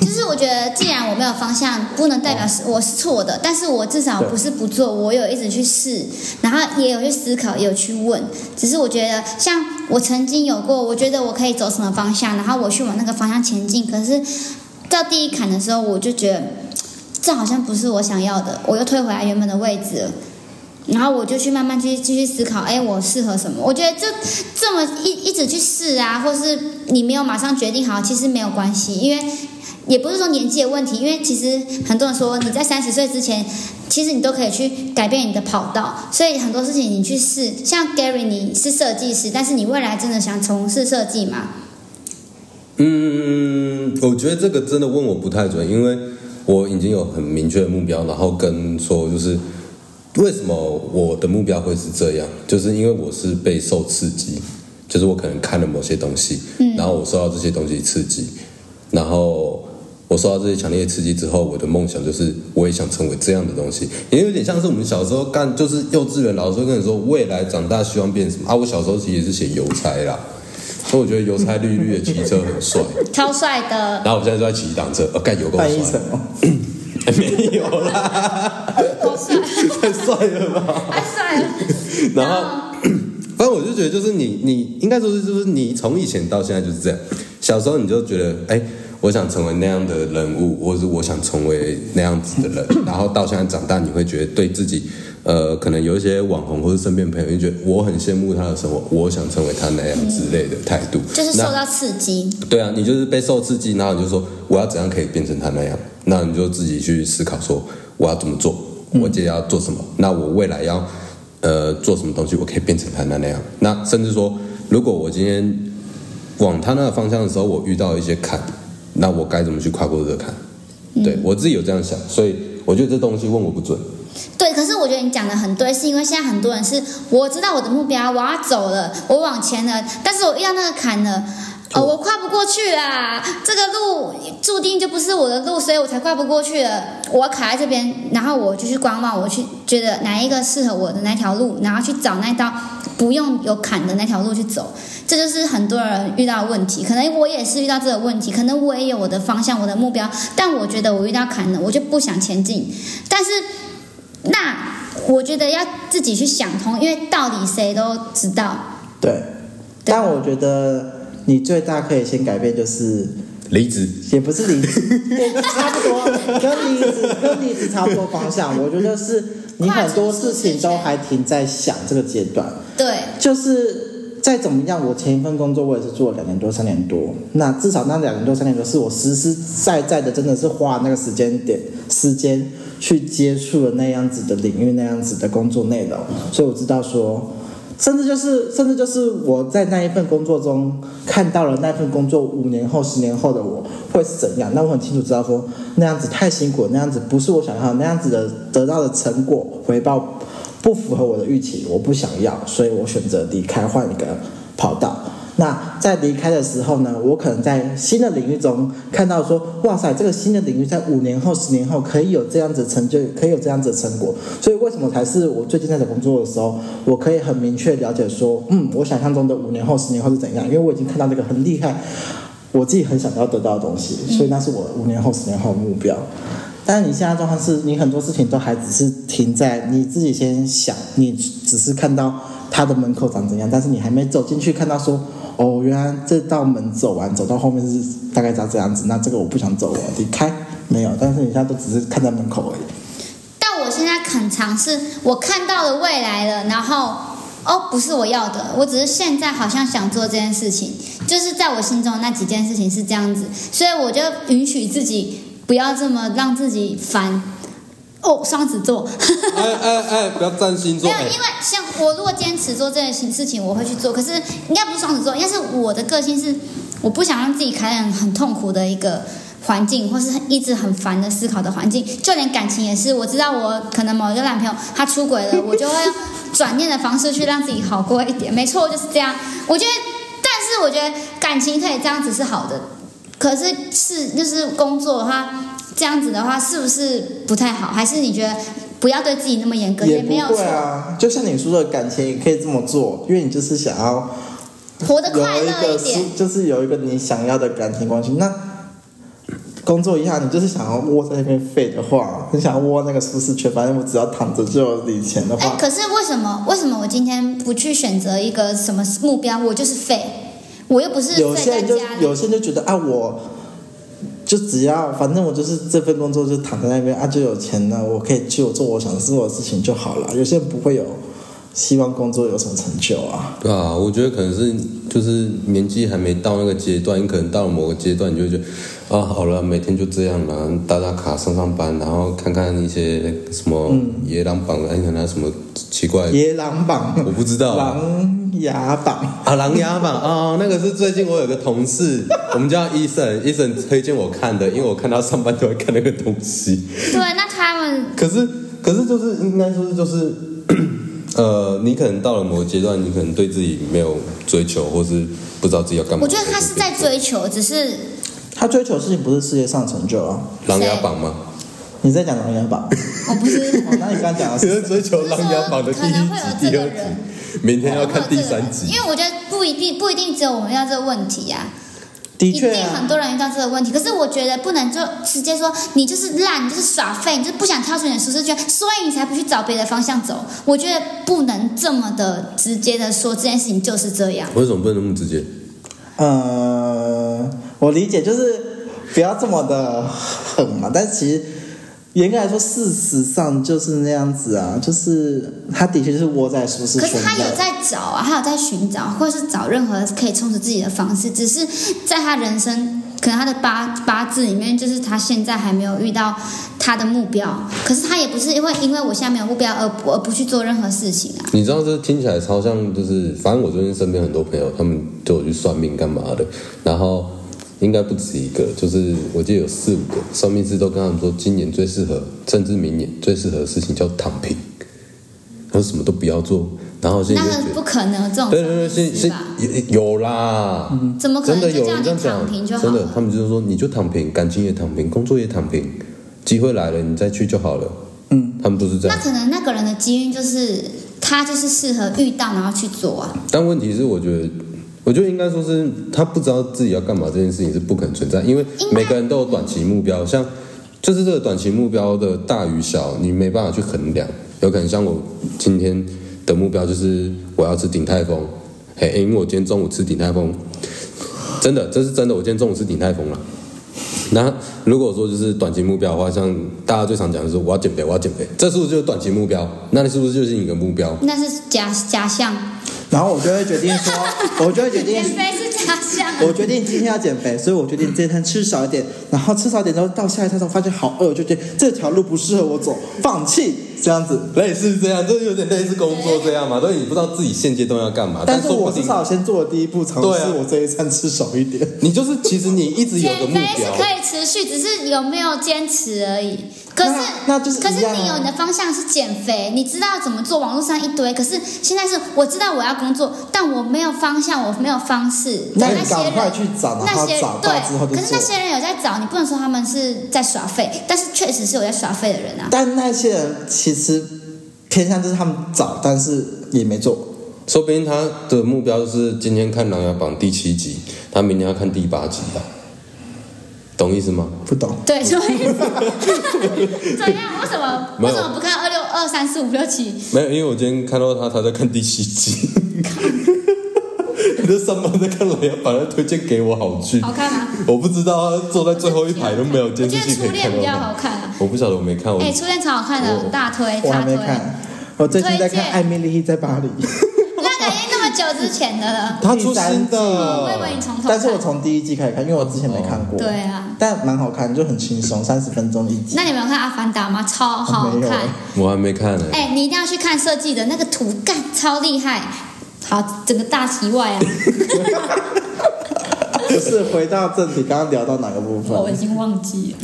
[SPEAKER 1] 就是我觉得，既然我没有方向，不能代表是我是错的，但是我至少
[SPEAKER 2] 对
[SPEAKER 1] 不是不做，我有一直去试，然后也有去思考，哎也有去问。只是我觉得，像我曾经有过，我觉得我可以走什么方向，然后我去往那个方向前进，可是到第一坎的时候，我就觉得这好像不是我想要的，我又退回来原本的位置了。然后我就去慢慢去继续思考，哎，我适合什么？我觉得这这么一一直去试啊，或是你没有马上决定好，其实没有关系，因为也不是说年纪的问题，因为其实很多人说你在三十岁之前，其实你都可以去改变你的跑道，所以很多事情你去试。像 Gary，你是设计师，但是你未来真的想从事设计吗？
[SPEAKER 3] 嗯，我觉得这个真的问我不太准，因为我已经有很明确的目标，然后跟说就是为什么我的目标会是这样，就是因为我是备受刺激，就是我可能看了某些东西，然后我受到这些东西刺激，然后我受到这些强烈的刺激之后，我的梦想就是我也想成为这样的东西，也有点像是我们小时候干，就是幼稚园老师会跟你说未来长大希望变什么啊，我小时候其实也是写邮差啦。所以我觉得邮差绿绿的骑车很帅，
[SPEAKER 1] 超帅的，
[SPEAKER 3] 然后我现在就在骑一档车，呃、干有够帅哎
[SPEAKER 2] 翻，译什么？
[SPEAKER 3] 没有啦，
[SPEAKER 1] 好帅，
[SPEAKER 3] 太帅了吧？
[SPEAKER 1] 太帅了。
[SPEAKER 3] 然后，反正我就觉得，就是你，你应该说是，就是你从以前到现在就是这样。小时候你就觉得，哎、我想成为那样的人物，或是我想成为那样子的人，然后到现在长大，你会觉得对自己，呃，可能有一些网红或者身边朋友，就觉得我很羡慕他的生活，我想成为他那样之类的态度，
[SPEAKER 1] 就是
[SPEAKER 3] 那
[SPEAKER 1] 受到刺激，
[SPEAKER 3] 对啊，你就是被受刺激，然后你就说我要怎样可以变成他那样，那你就自己去思考说我要怎么做，我接下来要做什么，那我未来要呃做什么东西，我可以变成他那那样。那甚至说，如果我今天往他那个方向的时候，我遇到一些坎，那我该怎么去跨过这个坎？
[SPEAKER 1] 嗯
[SPEAKER 3] 对我自己有这样想，所以我觉得这东西问我不准。
[SPEAKER 1] 对，可是我觉得你讲的很对，是因为现在很多人是我知道我的目标，我要走了，我往前了，但是我遇到那个坎了。哦，我跨不过去啦！这个路注定就不是我的路，所以我才跨不过去了。我卡在这边，然后我就去观望，我去觉得哪一个适合我的那条路，然后去找那道不用有坎的那条路去走。这就是很多人遇到的问题。可能我也是遇到这个问题，可能我也有我的方向、我的目标，但我觉得我遇到坎了，我就不想前进。但是那我觉得要自己去想通，因为道理谁都知道。
[SPEAKER 2] 对，但我觉得你最大可以先改变就是
[SPEAKER 3] 离职，
[SPEAKER 2] 也不是离职，也差不多，跟离职跟离职差不多方向。我觉得是你很多事情都还停在想这个阶段，
[SPEAKER 1] 对，
[SPEAKER 2] 就是再怎么样，我前一份工作我也是做了两年多、三年多，那至少那两年多、三年多是我实实在在的，真的是花那个时间点时间去接触了那样子的领域、那样子的工作内容，所以我知道说。甚至就是，甚至就是我在那一份工作中看到了那份工作五年后、十年后的我会是怎样。那我很清楚知道说，那样子太辛苦了，那样子不是我想要的，那样子的得到的成果回报不符合我的预期，我不想要，所以我选择离开，换一个跑道。那在离开的时候呢，我可能在新的领域中看到说，哇塞，这个新的领域在五年后、十年后可以有这样子的成就，可以有这样子的成果。所以为什么才是我最近在找工作的时候，我可以很明确了解说，嗯，我想象中的五年后、十年后是怎样？因为我已经看到那个很厉害，我自己很想要得到的东西，所以那是我五年后、十年后的目标。但你现在状况是你很多事情都还只是停在你自己先想，你只是看到它的门口长怎样，但是你还没走进去看到说，哦，原来这道门走完，走到后面是大概长这样子，那这个我不想走，我要离开。没有，但是你现在都只是看在门口而已。
[SPEAKER 1] 但我现在很尝试，我看到了未来了，然后哦，不是我要的，我只是现在好像想做这件事情，就是在我心中那几件事情是这样子，所以我就允许自己不要这么让自己烦。哦，双子座，
[SPEAKER 3] 哎哎哎，不要占星
[SPEAKER 1] 没
[SPEAKER 3] 座，
[SPEAKER 1] 有，
[SPEAKER 3] 哎
[SPEAKER 1] 因为像我如果坚持做这件事情，我会去做。可是应该不是双子座，应该是我的个性是，我不想让自己卡在很痛苦的一个环境，或是一直很烦的思考的环境。就连感情也是，我知道我可能某一个男朋友他出轨了，我就会用转念的方式去让自己好过一点。没错，就是这样。我觉得，但是我觉得感情可以这样子是好的，可是是就是工作的话。这样子的话是不是不太好？还是你觉得不要对自己那么严格，也
[SPEAKER 2] 不
[SPEAKER 1] 没有
[SPEAKER 2] 会
[SPEAKER 1] 错？
[SPEAKER 2] 啊，就像你说的感情也可以这么做，因为你就是想要
[SPEAKER 1] 活得快
[SPEAKER 2] 有一
[SPEAKER 1] 乐
[SPEAKER 2] 个
[SPEAKER 1] 一点
[SPEAKER 2] 是，就是有一个你想要的感情关系。那工作一下，你就是想要窝在那边废的话，你想要窝那个舒适圈，反正我只要躺着就有领钱的
[SPEAKER 1] 哎、
[SPEAKER 2] 话，
[SPEAKER 1] 可是为什么为什么我今天不去选择一个什么目标？我就是废，我又不是
[SPEAKER 2] 有
[SPEAKER 1] 废
[SPEAKER 2] 些
[SPEAKER 1] 在
[SPEAKER 2] 人就
[SPEAKER 1] 家里。
[SPEAKER 2] 有些人就觉得啊，我就只要反正我就是这份工作就躺在那边啊，就有钱了，我可以去我做我想做的事情就好了。有些人不会有希望工作有什么成就啊，
[SPEAKER 3] 对啊，我觉得可能是就是年纪还没到那个阶段，你可能到了某个阶段，你就会觉得啊，好了，每天就这样啦，打打卡，上上班，然后看看一些什么野狼榜，哎、可能还有什么奇怪，
[SPEAKER 2] 嗯野狼
[SPEAKER 3] 我
[SPEAKER 2] 榜、
[SPEAKER 3] 不知道啊，
[SPEAKER 2] 狼牙榜，
[SPEAKER 3] 啊狼牙榜哦，那个是最近我有个同事，我们叫医生，医生推荐我看的，因为我看他上班都会看那个东西，
[SPEAKER 1] 对，那他们
[SPEAKER 3] 可是，可是就是应该说是就是， 呃，你可能到了某个阶段，你可能对自己没有追求，或是不知道自己要干嘛。
[SPEAKER 1] 我觉得他是在追求，只是
[SPEAKER 2] 他追求的事情不是事业上成就啊。
[SPEAKER 3] 狼牙榜吗？
[SPEAKER 2] 你在讲狼牙榜？
[SPEAKER 1] 我不 是。
[SPEAKER 2] 哦，那你刚刚讲的
[SPEAKER 3] 只
[SPEAKER 2] 是
[SPEAKER 3] 是追求狼牙榜的第一
[SPEAKER 1] 可能会有
[SPEAKER 3] 集、
[SPEAKER 1] 这
[SPEAKER 3] 第
[SPEAKER 1] 个
[SPEAKER 3] 二
[SPEAKER 1] 人
[SPEAKER 3] 集，明天要看第三集
[SPEAKER 1] 因。为我觉得不一定不一定只有我们遇到这个问题呀、
[SPEAKER 2] 的
[SPEAKER 1] 一
[SPEAKER 2] 确
[SPEAKER 1] 定很
[SPEAKER 2] 啊，
[SPEAKER 1] 多人遇到这个问题。可是我觉得不能就直接说你就是烂，你就是耍废，你就是不想跳出你的舒适圈，所以你才不去找别的方向走。我觉得不能这么的直接的说这件事情就是这样。
[SPEAKER 3] 为什么不能那么直接？
[SPEAKER 2] 呃，我理解就是不要这么的狠嘛。但其实严格来说，事实上就是那样子啊，就是他的确是窝在舒适
[SPEAKER 1] 可
[SPEAKER 2] 圈
[SPEAKER 1] 是他
[SPEAKER 2] 内
[SPEAKER 1] 有在找啊，他有在寻找，或是找任何可以充实自己的方式，只是在他人生可能他的八八字里面，就是他现在还没有遇到他的目标。可是他也不是因为因为我现在没有目标而不而不去做任何事情啊。
[SPEAKER 3] 你知道这听起来超像，就是反正我最近身边很多朋友，他们就有去算命干嘛的，然后应该不止一个，就是我记得有四五个算命师都跟他们说，今年最适合，甚至明年最适合的事情叫躺平，然后什么都不要做，然后现在
[SPEAKER 1] 那
[SPEAKER 3] 就觉
[SPEAKER 1] 个
[SPEAKER 3] 得
[SPEAKER 1] 不可能有这种
[SPEAKER 3] 对对对，
[SPEAKER 1] 方
[SPEAKER 3] 是
[SPEAKER 1] 式
[SPEAKER 3] 是
[SPEAKER 1] 吧？
[SPEAKER 3] 有有啦，
[SPEAKER 1] 怎么可
[SPEAKER 3] 真
[SPEAKER 1] 能
[SPEAKER 3] 的
[SPEAKER 1] 就
[SPEAKER 3] 有
[SPEAKER 1] 叫
[SPEAKER 3] 人这
[SPEAKER 1] 你
[SPEAKER 3] 样
[SPEAKER 1] 躺
[SPEAKER 3] 讲
[SPEAKER 1] 平就，好
[SPEAKER 3] 真的，
[SPEAKER 1] 了？
[SPEAKER 3] 他们就是说你就躺平，感情也躺平，工作也躺平，机会来了你再去就好了。嗯，他们都是这样
[SPEAKER 1] 那。可能那个人的机运就是他就是适合遇到然后去做啊。
[SPEAKER 3] 但问题是，我觉得，我觉得应该说是他不知道自己要干嘛这件事情是不可能存在，因为
[SPEAKER 1] 应该
[SPEAKER 3] 每个人都有短期目标，像就是这个短期目标的大与小，你没办法去衡量。有可能像我今天的目标就是我要吃鼎泰丰，嘿，因为我今天中午吃鼎泰丰，真的这是真的，我今天中午吃鼎泰丰了。那如果说就是短期目标的话，像大家最常讲的是我要减肥，我要减肥，这是不是就是短期目标？那你是不是就是你的目标？
[SPEAKER 1] 那是假假象，
[SPEAKER 2] 然后我就会决定说，我就会决定
[SPEAKER 1] 减。肥是假象啊。
[SPEAKER 2] 我决定今天要减肥，所以我决定这一餐吃少一点，然后吃少一点之后到下一餐时候发现好饿，就觉得这条路不适合我走，放弃这样子。
[SPEAKER 3] 类似这样，就是有点类似工作这样嘛，都是你不知道自己现阶段要干嘛，
[SPEAKER 2] 但是
[SPEAKER 3] 说不
[SPEAKER 2] 我至
[SPEAKER 3] 定
[SPEAKER 2] 少先做了第一步，尝
[SPEAKER 3] 对
[SPEAKER 2] 试
[SPEAKER 3] 啊
[SPEAKER 2] 我这一餐吃少一点。
[SPEAKER 3] 你就是其实你一直有个
[SPEAKER 1] 减
[SPEAKER 3] 目
[SPEAKER 1] 肥是
[SPEAKER 3] 标，
[SPEAKER 1] 可以持续，只是有没有坚持而已。可是，
[SPEAKER 2] 那那就是
[SPEAKER 1] 可是
[SPEAKER 2] 一样啊
[SPEAKER 1] 你有你的方向是减肥，你知道怎么做，网络上一堆。可是现在是我知道我要工作，但我没有方向，我没有方式。
[SPEAKER 2] 那
[SPEAKER 1] 那
[SPEAKER 2] 你
[SPEAKER 1] 些
[SPEAKER 2] 赶快
[SPEAKER 1] 人。
[SPEAKER 2] 去找，然
[SPEAKER 1] 那
[SPEAKER 2] 后
[SPEAKER 1] 些
[SPEAKER 2] 找到之后
[SPEAKER 1] 对，
[SPEAKER 2] 就
[SPEAKER 1] 可是
[SPEAKER 2] 做
[SPEAKER 1] 那。些人有在找，你不能说他们是在耍废，但是确实是有在耍废的人 啊。
[SPEAKER 2] 但那些人其实偏向就是他们找，但是也没做。
[SPEAKER 3] 说不定他的目标就是今天看《琅琊榜》第七集，他明天要看第八集啊，懂意思吗？
[SPEAKER 2] 不懂，
[SPEAKER 1] 对，所以 怎样？为什么
[SPEAKER 3] 没
[SPEAKER 1] 为
[SPEAKER 3] 有
[SPEAKER 1] 什么不看二六二三四五六七？
[SPEAKER 3] 没有，因为我今天看到他他在看第七集， 你在上班在看《琅�琊榜》，他推荐给我好剧，
[SPEAKER 1] 好看吗？
[SPEAKER 3] 我不知道他坐在最后一排都没有
[SPEAKER 1] 我
[SPEAKER 3] 监视
[SPEAKER 1] 觉得
[SPEAKER 3] 器可
[SPEAKER 1] 初
[SPEAKER 3] 以看
[SPEAKER 1] 恋比较好
[SPEAKER 3] 到
[SPEAKER 1] 看啊。
[SPEAKER 3] 他，我不晓得我没看，我
[SPEAKER 1] 哎、初恋超好看的，
[SPEAKER 3] 哦我
[SPEAKER 1] 大推
[SPEAKER 2] 我
[SPEAKER 1] 大
[SPEAKER 2] 还
[SPEAKER 1] 推
[SPEAKER 2] 没，看。我最近在
[SPEAKER 1] 推荐
[SPEAKER 2] 看《艾米丽在 巴黎》，
[SPEAKER 1] 那个已经那么久之前的 了。
[SPEAKER 3] 他出新的，
[SPEAKER 1] 我以为你从头看，
[SPEAKER 2] 但是我从第一季开始看，因为我之前没看过。
[SPEAKER 1] 对啊。
[SPEAKER 2] 但蛮好看，就很轻松，三十分钟一集。
[SPEAKER 1] 那你们有看《阿凡达》吗？超好
[SPEAKER 2] 没有
[SPEAKER 1] 看！
[SPEAKER 3] 我还没看呢、
[SPEAKER 1] 哎、你一定要去看设计的那个图，干超厉害。好，整个大题外啊，
[SPEAKER 2] 就是回到正题，刚刚聊到哪个部
[SPEAKER 1] 我
[SPEAKER 2] 分？
[SPEAKER 1] 已经忘记了。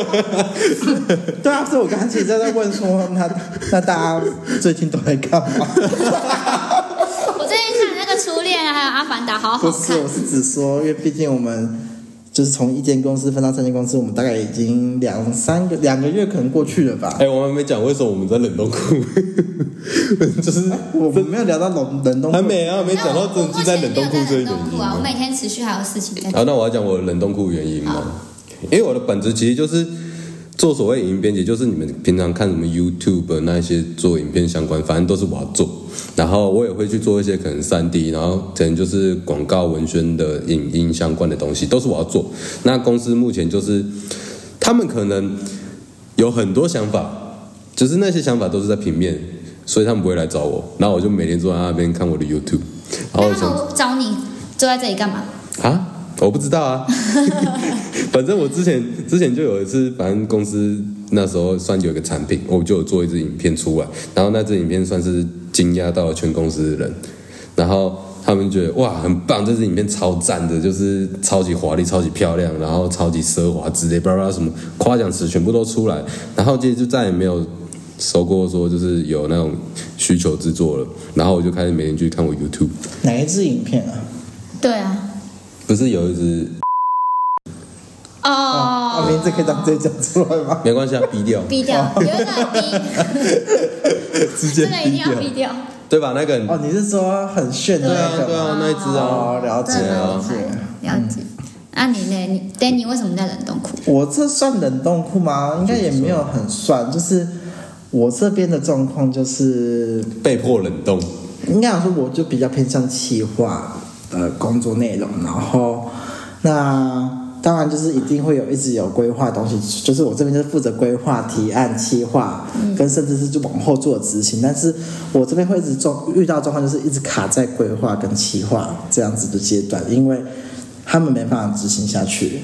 [SPEAKER 2] 对啊，所以我刚刚其实在在问说，那那大家最近都在干 嘛？
[SPEAKER 1] 我最近看那个《初恋》还有《阿凡达》，
[SPEAKER 3] 哦
[SPEAKER 1] 好好
[SPEAKER 2] 不是，
[SPEAKER 1] 看
[SPEAKER 2] 我。是指说，因为毕竟我们就是从一间公司分到三间公司，我们大概已经两三个两个月可能过去了吧
[SPEAKER 3] 哎、。我还没讲为什么我们在冷冻库， 就是
[SPEAKER 2] 我们没有聊到冷冷冻库，
[SPEAKER 3] 还没啊，没讲到
[SPEAKER 1] 我
[SPEAKER 3] 真
[SPEAKER 1] 目
[SPEAKER 3] 的是在
[SPEAKER 1] 前没
[SPEAKER 3] 冷
[SPEAKER 1] 有
[SPEAKER 3] 冻库这
[SPEAKER 1] 在冷
[SPEAKER 3] 一点
[SPEAKER 1] 冻
[SPEAKER 3] 原
[SPEAKER 1] 库啊，我
[SPEAKER 3] 因。
[SPEAKER 1] 每天持续还有事情在做。
[SPEAKER 3] 好，那我要讲我冷冻库原因嘛，因为我的本职其实就是做所谓影音编辑，就是你们平常看什么 YouTube 那一些做影片相关，反正都是我要做。然后我也会去做一些可能三 D，然后可能就是广告文宣的影音相关的东西，都是我要做。那公司目前就是他们可能有很多想法，就是那些想法都是在平面，所以他们不会来找我。然后我就每天坐在那边看我的 YouTube，然
[SPEAKER 1] 那
[SPEAKER 3] 后哦我
[SPEAKER 1] 他
[SPEAKER 3] 想
[SPEAKER 1] 们找你坐在这里干嘛？
[SPEAKER 3] 啊，我不知道啊。 反正我之前之前就有一次，反正公司那时候算有一个产品，我就有做一支影片出来，然后那支影片算是惊讶到了全公司的人，然后他们觉得哇很棒，这支影片超赞的，就是超级华丽、超级漂亮，然后超级奢华之类，巴拉巴拉什么夸奖词全部都出来，然后接着就再也没有收过说就是有那种需求制作了，然后我就开始每天去看我 YouTube。
[SPEAKER 2] 哪一支影片啊？
[SPEAKER 1] 对啊，
[SPEAKER 3] 不是有一只
[SPEAKER 2] 啊，
[SPEAKER 1] 哦，
[SPEAKER 2] 名字可以当直接讲出来吗？
[SPEAKER 3] 没关系啊，逼掉。
[SPEAKER 1] 逼掉，有一个逼，
[SPEAKER 3] 直
[SPEAKER 1] 这个一定要逼掉。
[SPEAKER 3] 对吧？那个很
[SPEAKER 2] 哦，你是说很炫的
[SPEAKER 3] 对
[SPEAKER 2] 那
[SPEAKER 3] 啊，对
[SPEAKER 2] 个吗？
[SPEAKER 3] 啊，那一只啊，嗯
[SPEAKER 2] 哦，了解
[SPEAKER 1] 对啊
[SPEAKER 2] 了解。
[SPEAKER 1] 了解。那、你呢？你 Danny 为什么在冷冻 库？
[SPEAKER 2] 我这算冷冻库吗？应该也没有很算，就是我这边的状况就是，
[SPEAKER 3] 被迫冷冻。
[SPEAKER 2] 应该来说我就比较偏向企划的工作内容，然后那当然就是一定会有一直有规划的东西，就是我这边就是负责规划、提案、企划，跟甚至是就往后做执行。但是我这边会一直状遇到状况，就是一直卡在规划跟企划这样子的阶段，因为他们没办法执行下去。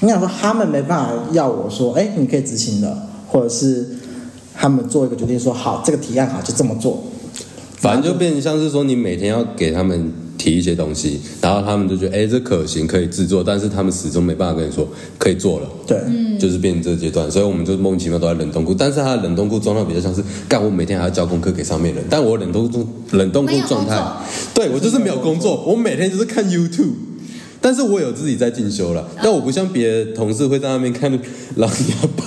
[SPEAKER 2] 你想说他们没办法要我说，哎，你可以执行了，或者是他们做一个决定说好，这个提案好就这么做，
[SPEAKER 3] 反正就变成像是说，你每天要给他们提一些东西，然后他们就觉得，哎、这可行，可以制作，但是他们始终没办法跟你说可以做了，
[SPEAKER 2] 对。
[SPEAKER 3] 就是变成这个阶段，所以我们就莫名其妙都在冷冻库，但是他的冷冻库状态比较像是，干我每天还要交功课给上面人，但我冷冻库冷冻库状态
[SPEAKER 1] 没有工作，
[SPEAKER 3] 对我就是没有工作，我每天就是看 YouTube。但是我有自己在进修了，但我不像别的同事会在那边看琅琊榜，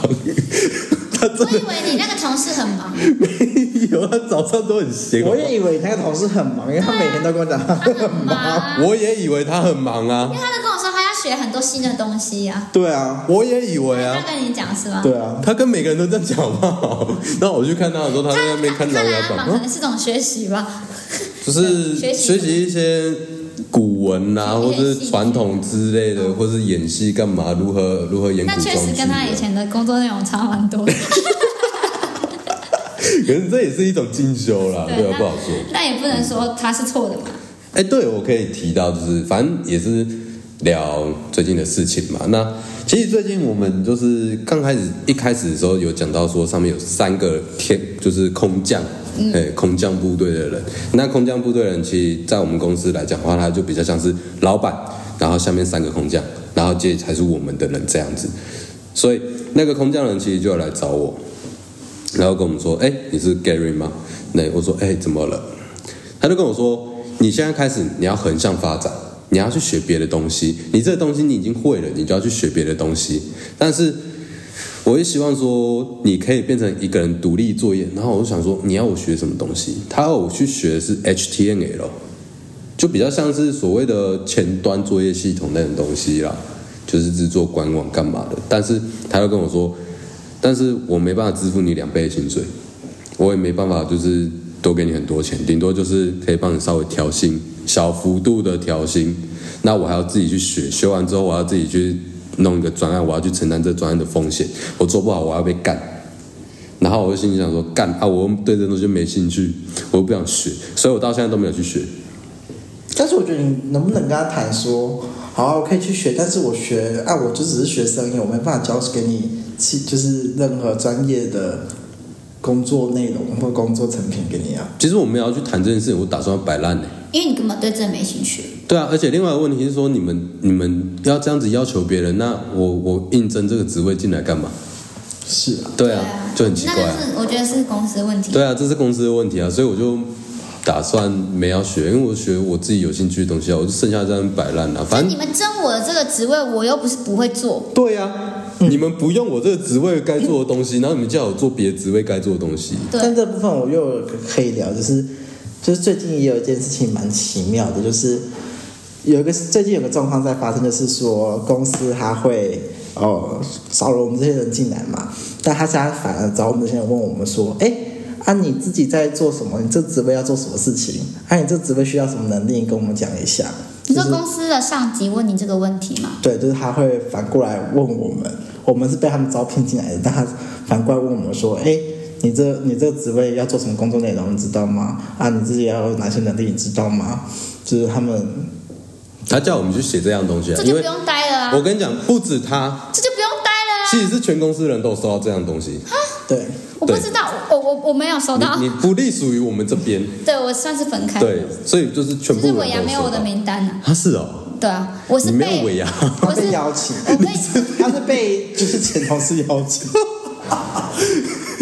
[SPEAKER 3] 他真
[SPEAKER 1] 我以
[SPEAKER 3] 的
[SPEAKER 1] 为你那个同事很忙，
[SPEAKER 3] 没有，他早上都很闲。
[SPEAKER 2] 我也以为你那个同事很忙，因为他每天都跟我讲他很忙。
[SPEAKER 1] 忙，
[SPEAKER 3] 我也以为他很忙啊
[SPEAKER 1] 因，为他都跟我说他要学很多新的东西啊。
[SPEAKER 2] 对啊，
[SPEAKER 3] 我也以为
[SPEAKER 1] 他
[SPEAKER 3] 啊，
[SPEAKER 1] 跟你讲是吧？
[SPEAKER 2] 对啊，
[SPEAKER 3] 他跟每个人都这样讲好不好？然后我去看他的时候，他
[SPEAKER 1] 他
[SPEAKER 3] 在那边看琅
[SPEAKER 1] 看
[SPEAKER 3] 琊
[SPEAKER 1] 来
[SPEAKER 3] 榜
[SPEAKER 1] 忙，可能是种学习吧。
[SPEAKER 3] 就是
[SPEAKER 1] 学习
[SPEAKER 3] 学习一些古文啊，或者是传统之类的，或是演戏干嘛，如何如何演古
[SPEAKER 1] 嗯那
[SPEAKER 3] 装剧
[SPEAKER 1] 确
[SPEAKER 3] 啊。
[SPEAKER 1] 实跟他以前的工作内容差蛮多 的。
[SPEAKER 3] 可是这也是一种进修啦，对啊，不好说。
[SPEAKER 1] 但也不能说他是错的嘛。
[SPEAKER 3] 哎，对，我可以提到，就是反正也是聊最近的事情嘛。那其实最近我们就是刚开始一开始的时候有讲到说，上面有三个天，就是空降，哎、空降部队的人。那空降部队的人，其实在我们公司来讲的话，他就比较像是老板，然后下面三个空降，然后接才是我们的人这样子。所以那个空降人其实就有来找我，然后跟我们说：“哎、你是 Gary 吗？”那我说：“哎、怎么了？”他就跟我说：“你现在开始，你要横向发展，你要去学别的东西。你这个东西你已经会了，你就要去学别的东西。但是，我也希望说，你可以变成一个人独立作业。然后我就想说，你要我学什么东西？他要我去学的是 HTML，就比较像是所谓的前端作业系统那种东西啦，就是制作官网干嘛的。但是他就跟我说，但是我没办法支付你两倍的薪水。”我也没办法，就是多给你很多钱，顶多就是可以帮你稍微调薪，小幅度的调薪。那我还要自己去学，学完之后我要自己去弄一个专案，我要去承担这专案的风险，我做不好我要被干。然后我就心里想说，干啊，我又对这东西没兴趣，我又不想学，所以我到现在都没有去学。
[SPEAKER 2] 但是我觉得你能不能跟他谈说，好、啊，我可以去学，但是我学啊，我就只是学生意，我没办法教给你其就是任何专业的工作内容或工作成品给你啊。
[SPEAKER 3] 其实我们要去谈这件事情，我打算要摆烂呢、
[SPEAKER 1] 因为你根本对这没兴趣，
[SPEAKER 3] 对啊，而且另外一个问题是说，你们你们要这样子要求别人，那我我应征这个职位进来干嘛？
[SPEAKER 2] 是啊，
[SPEAKER 3] 对啊，就很奇怪、啊
[SPEAKER 1] 那。就是我觉得是公司问题。
[SPEAKER 3] 对啊，这是公司的问题啊，所以我就打算没要学，因为我学我自己有兴趣的东西啊，我就剩下这样摆烂了、反
[SPEAKER 1] 你
[SPEAKER 3] 正
[SPEAKER 1] 们争我的这个职位，我又不是不会做，
[SPEAKER 3] 对啊，
[SPEAKER 1] 嗯
[SPEAKER 3] 你们不用我这个职位该做的东西，然后你们叫我做别的职位该做的东西。
[SPEAKER 1] 对
[SPEAKER 2] 但这部分我又可以聊，就是就是最近也呃有一件事情蛮奇妙的，就是有一个最近有个状况在发生，就是说公司他会哦找了我们这些人进来嘛，但他现在反而找我们这些人问我们说，哎。啊，你自己在做什么？你这职位要做什么事情？啊，你这职位需要什么能力？你跟我们讲一下。
[SPEAKER 1] 你
[SPEAKER 2] 就
[SPEAKER 1] 说
[SPEAKER 2] 是
[SPEAKER 1] 公司的上级问你这个问题吗？
[SPEAKER 2] 对，就是他会反过来问我们，我们是被他们招聘进来的，但他反过来问我们说：“哎，你这你这个职位要做什么工作内容，你知道吗？啊，你自己要有哪些能力，你知道吗？”就是他们
[SPEAKER 3] 他叫我们去写这样的东西啊
[SPEAKER 1] 这，就
[SPEAKER 3] 因
[SPEAKER 1] 不
[SPEAKER 3] 为
[SPEAKER 1] 用待了啊
[SPEAKER 3] 我，跟你讲，不止他，
[SPEAKER 1] 这就不用待了啊！
[SPEAKER 3] 其实是全公司人都有收到这样的东西，
[SPEAKER 2] 对，
[SPEAKER 1] 我不知道，我我我没有收到
[SPEAKER 3] 你，你不隶属于我们这边，
[SPEAKER 1] 对我算是分开，
[SPEAKER 3] 对，，所以就是全
[SPEAKER 1] 就
[SPEAKER 3] 部
[SPEAKER 1] 是
[SPEAKER 3] 人
[SPEAKER 1] 我
[SPEAKER 3] 都
[SPEAKER 1] 也
[SPEAKER 3] 有
[SPEAKER 1] 没有我
[SPEAKER 3] 收
[SPEAKER 1] 的
[SPEAKER 3] 到。
[SPEAKER 1] 名单啊，
[SPEAKER 3] 他是哦，
[SPEAKER 1] 对啊，我
[SPEAKER 3] 你
[SPEAKER 1] 是
[SPEAKER 3] 没有尾
[SPEAKER 1] 被
[SPEAKER 3] 牙，
[SPEAKER 2] 他
[SPEAKER 1] 我是
[SPEAKER 2] 被邀请，
[SPEAKER 1] 我被
[SPEAKER 2] 他是被就是前同事邀请。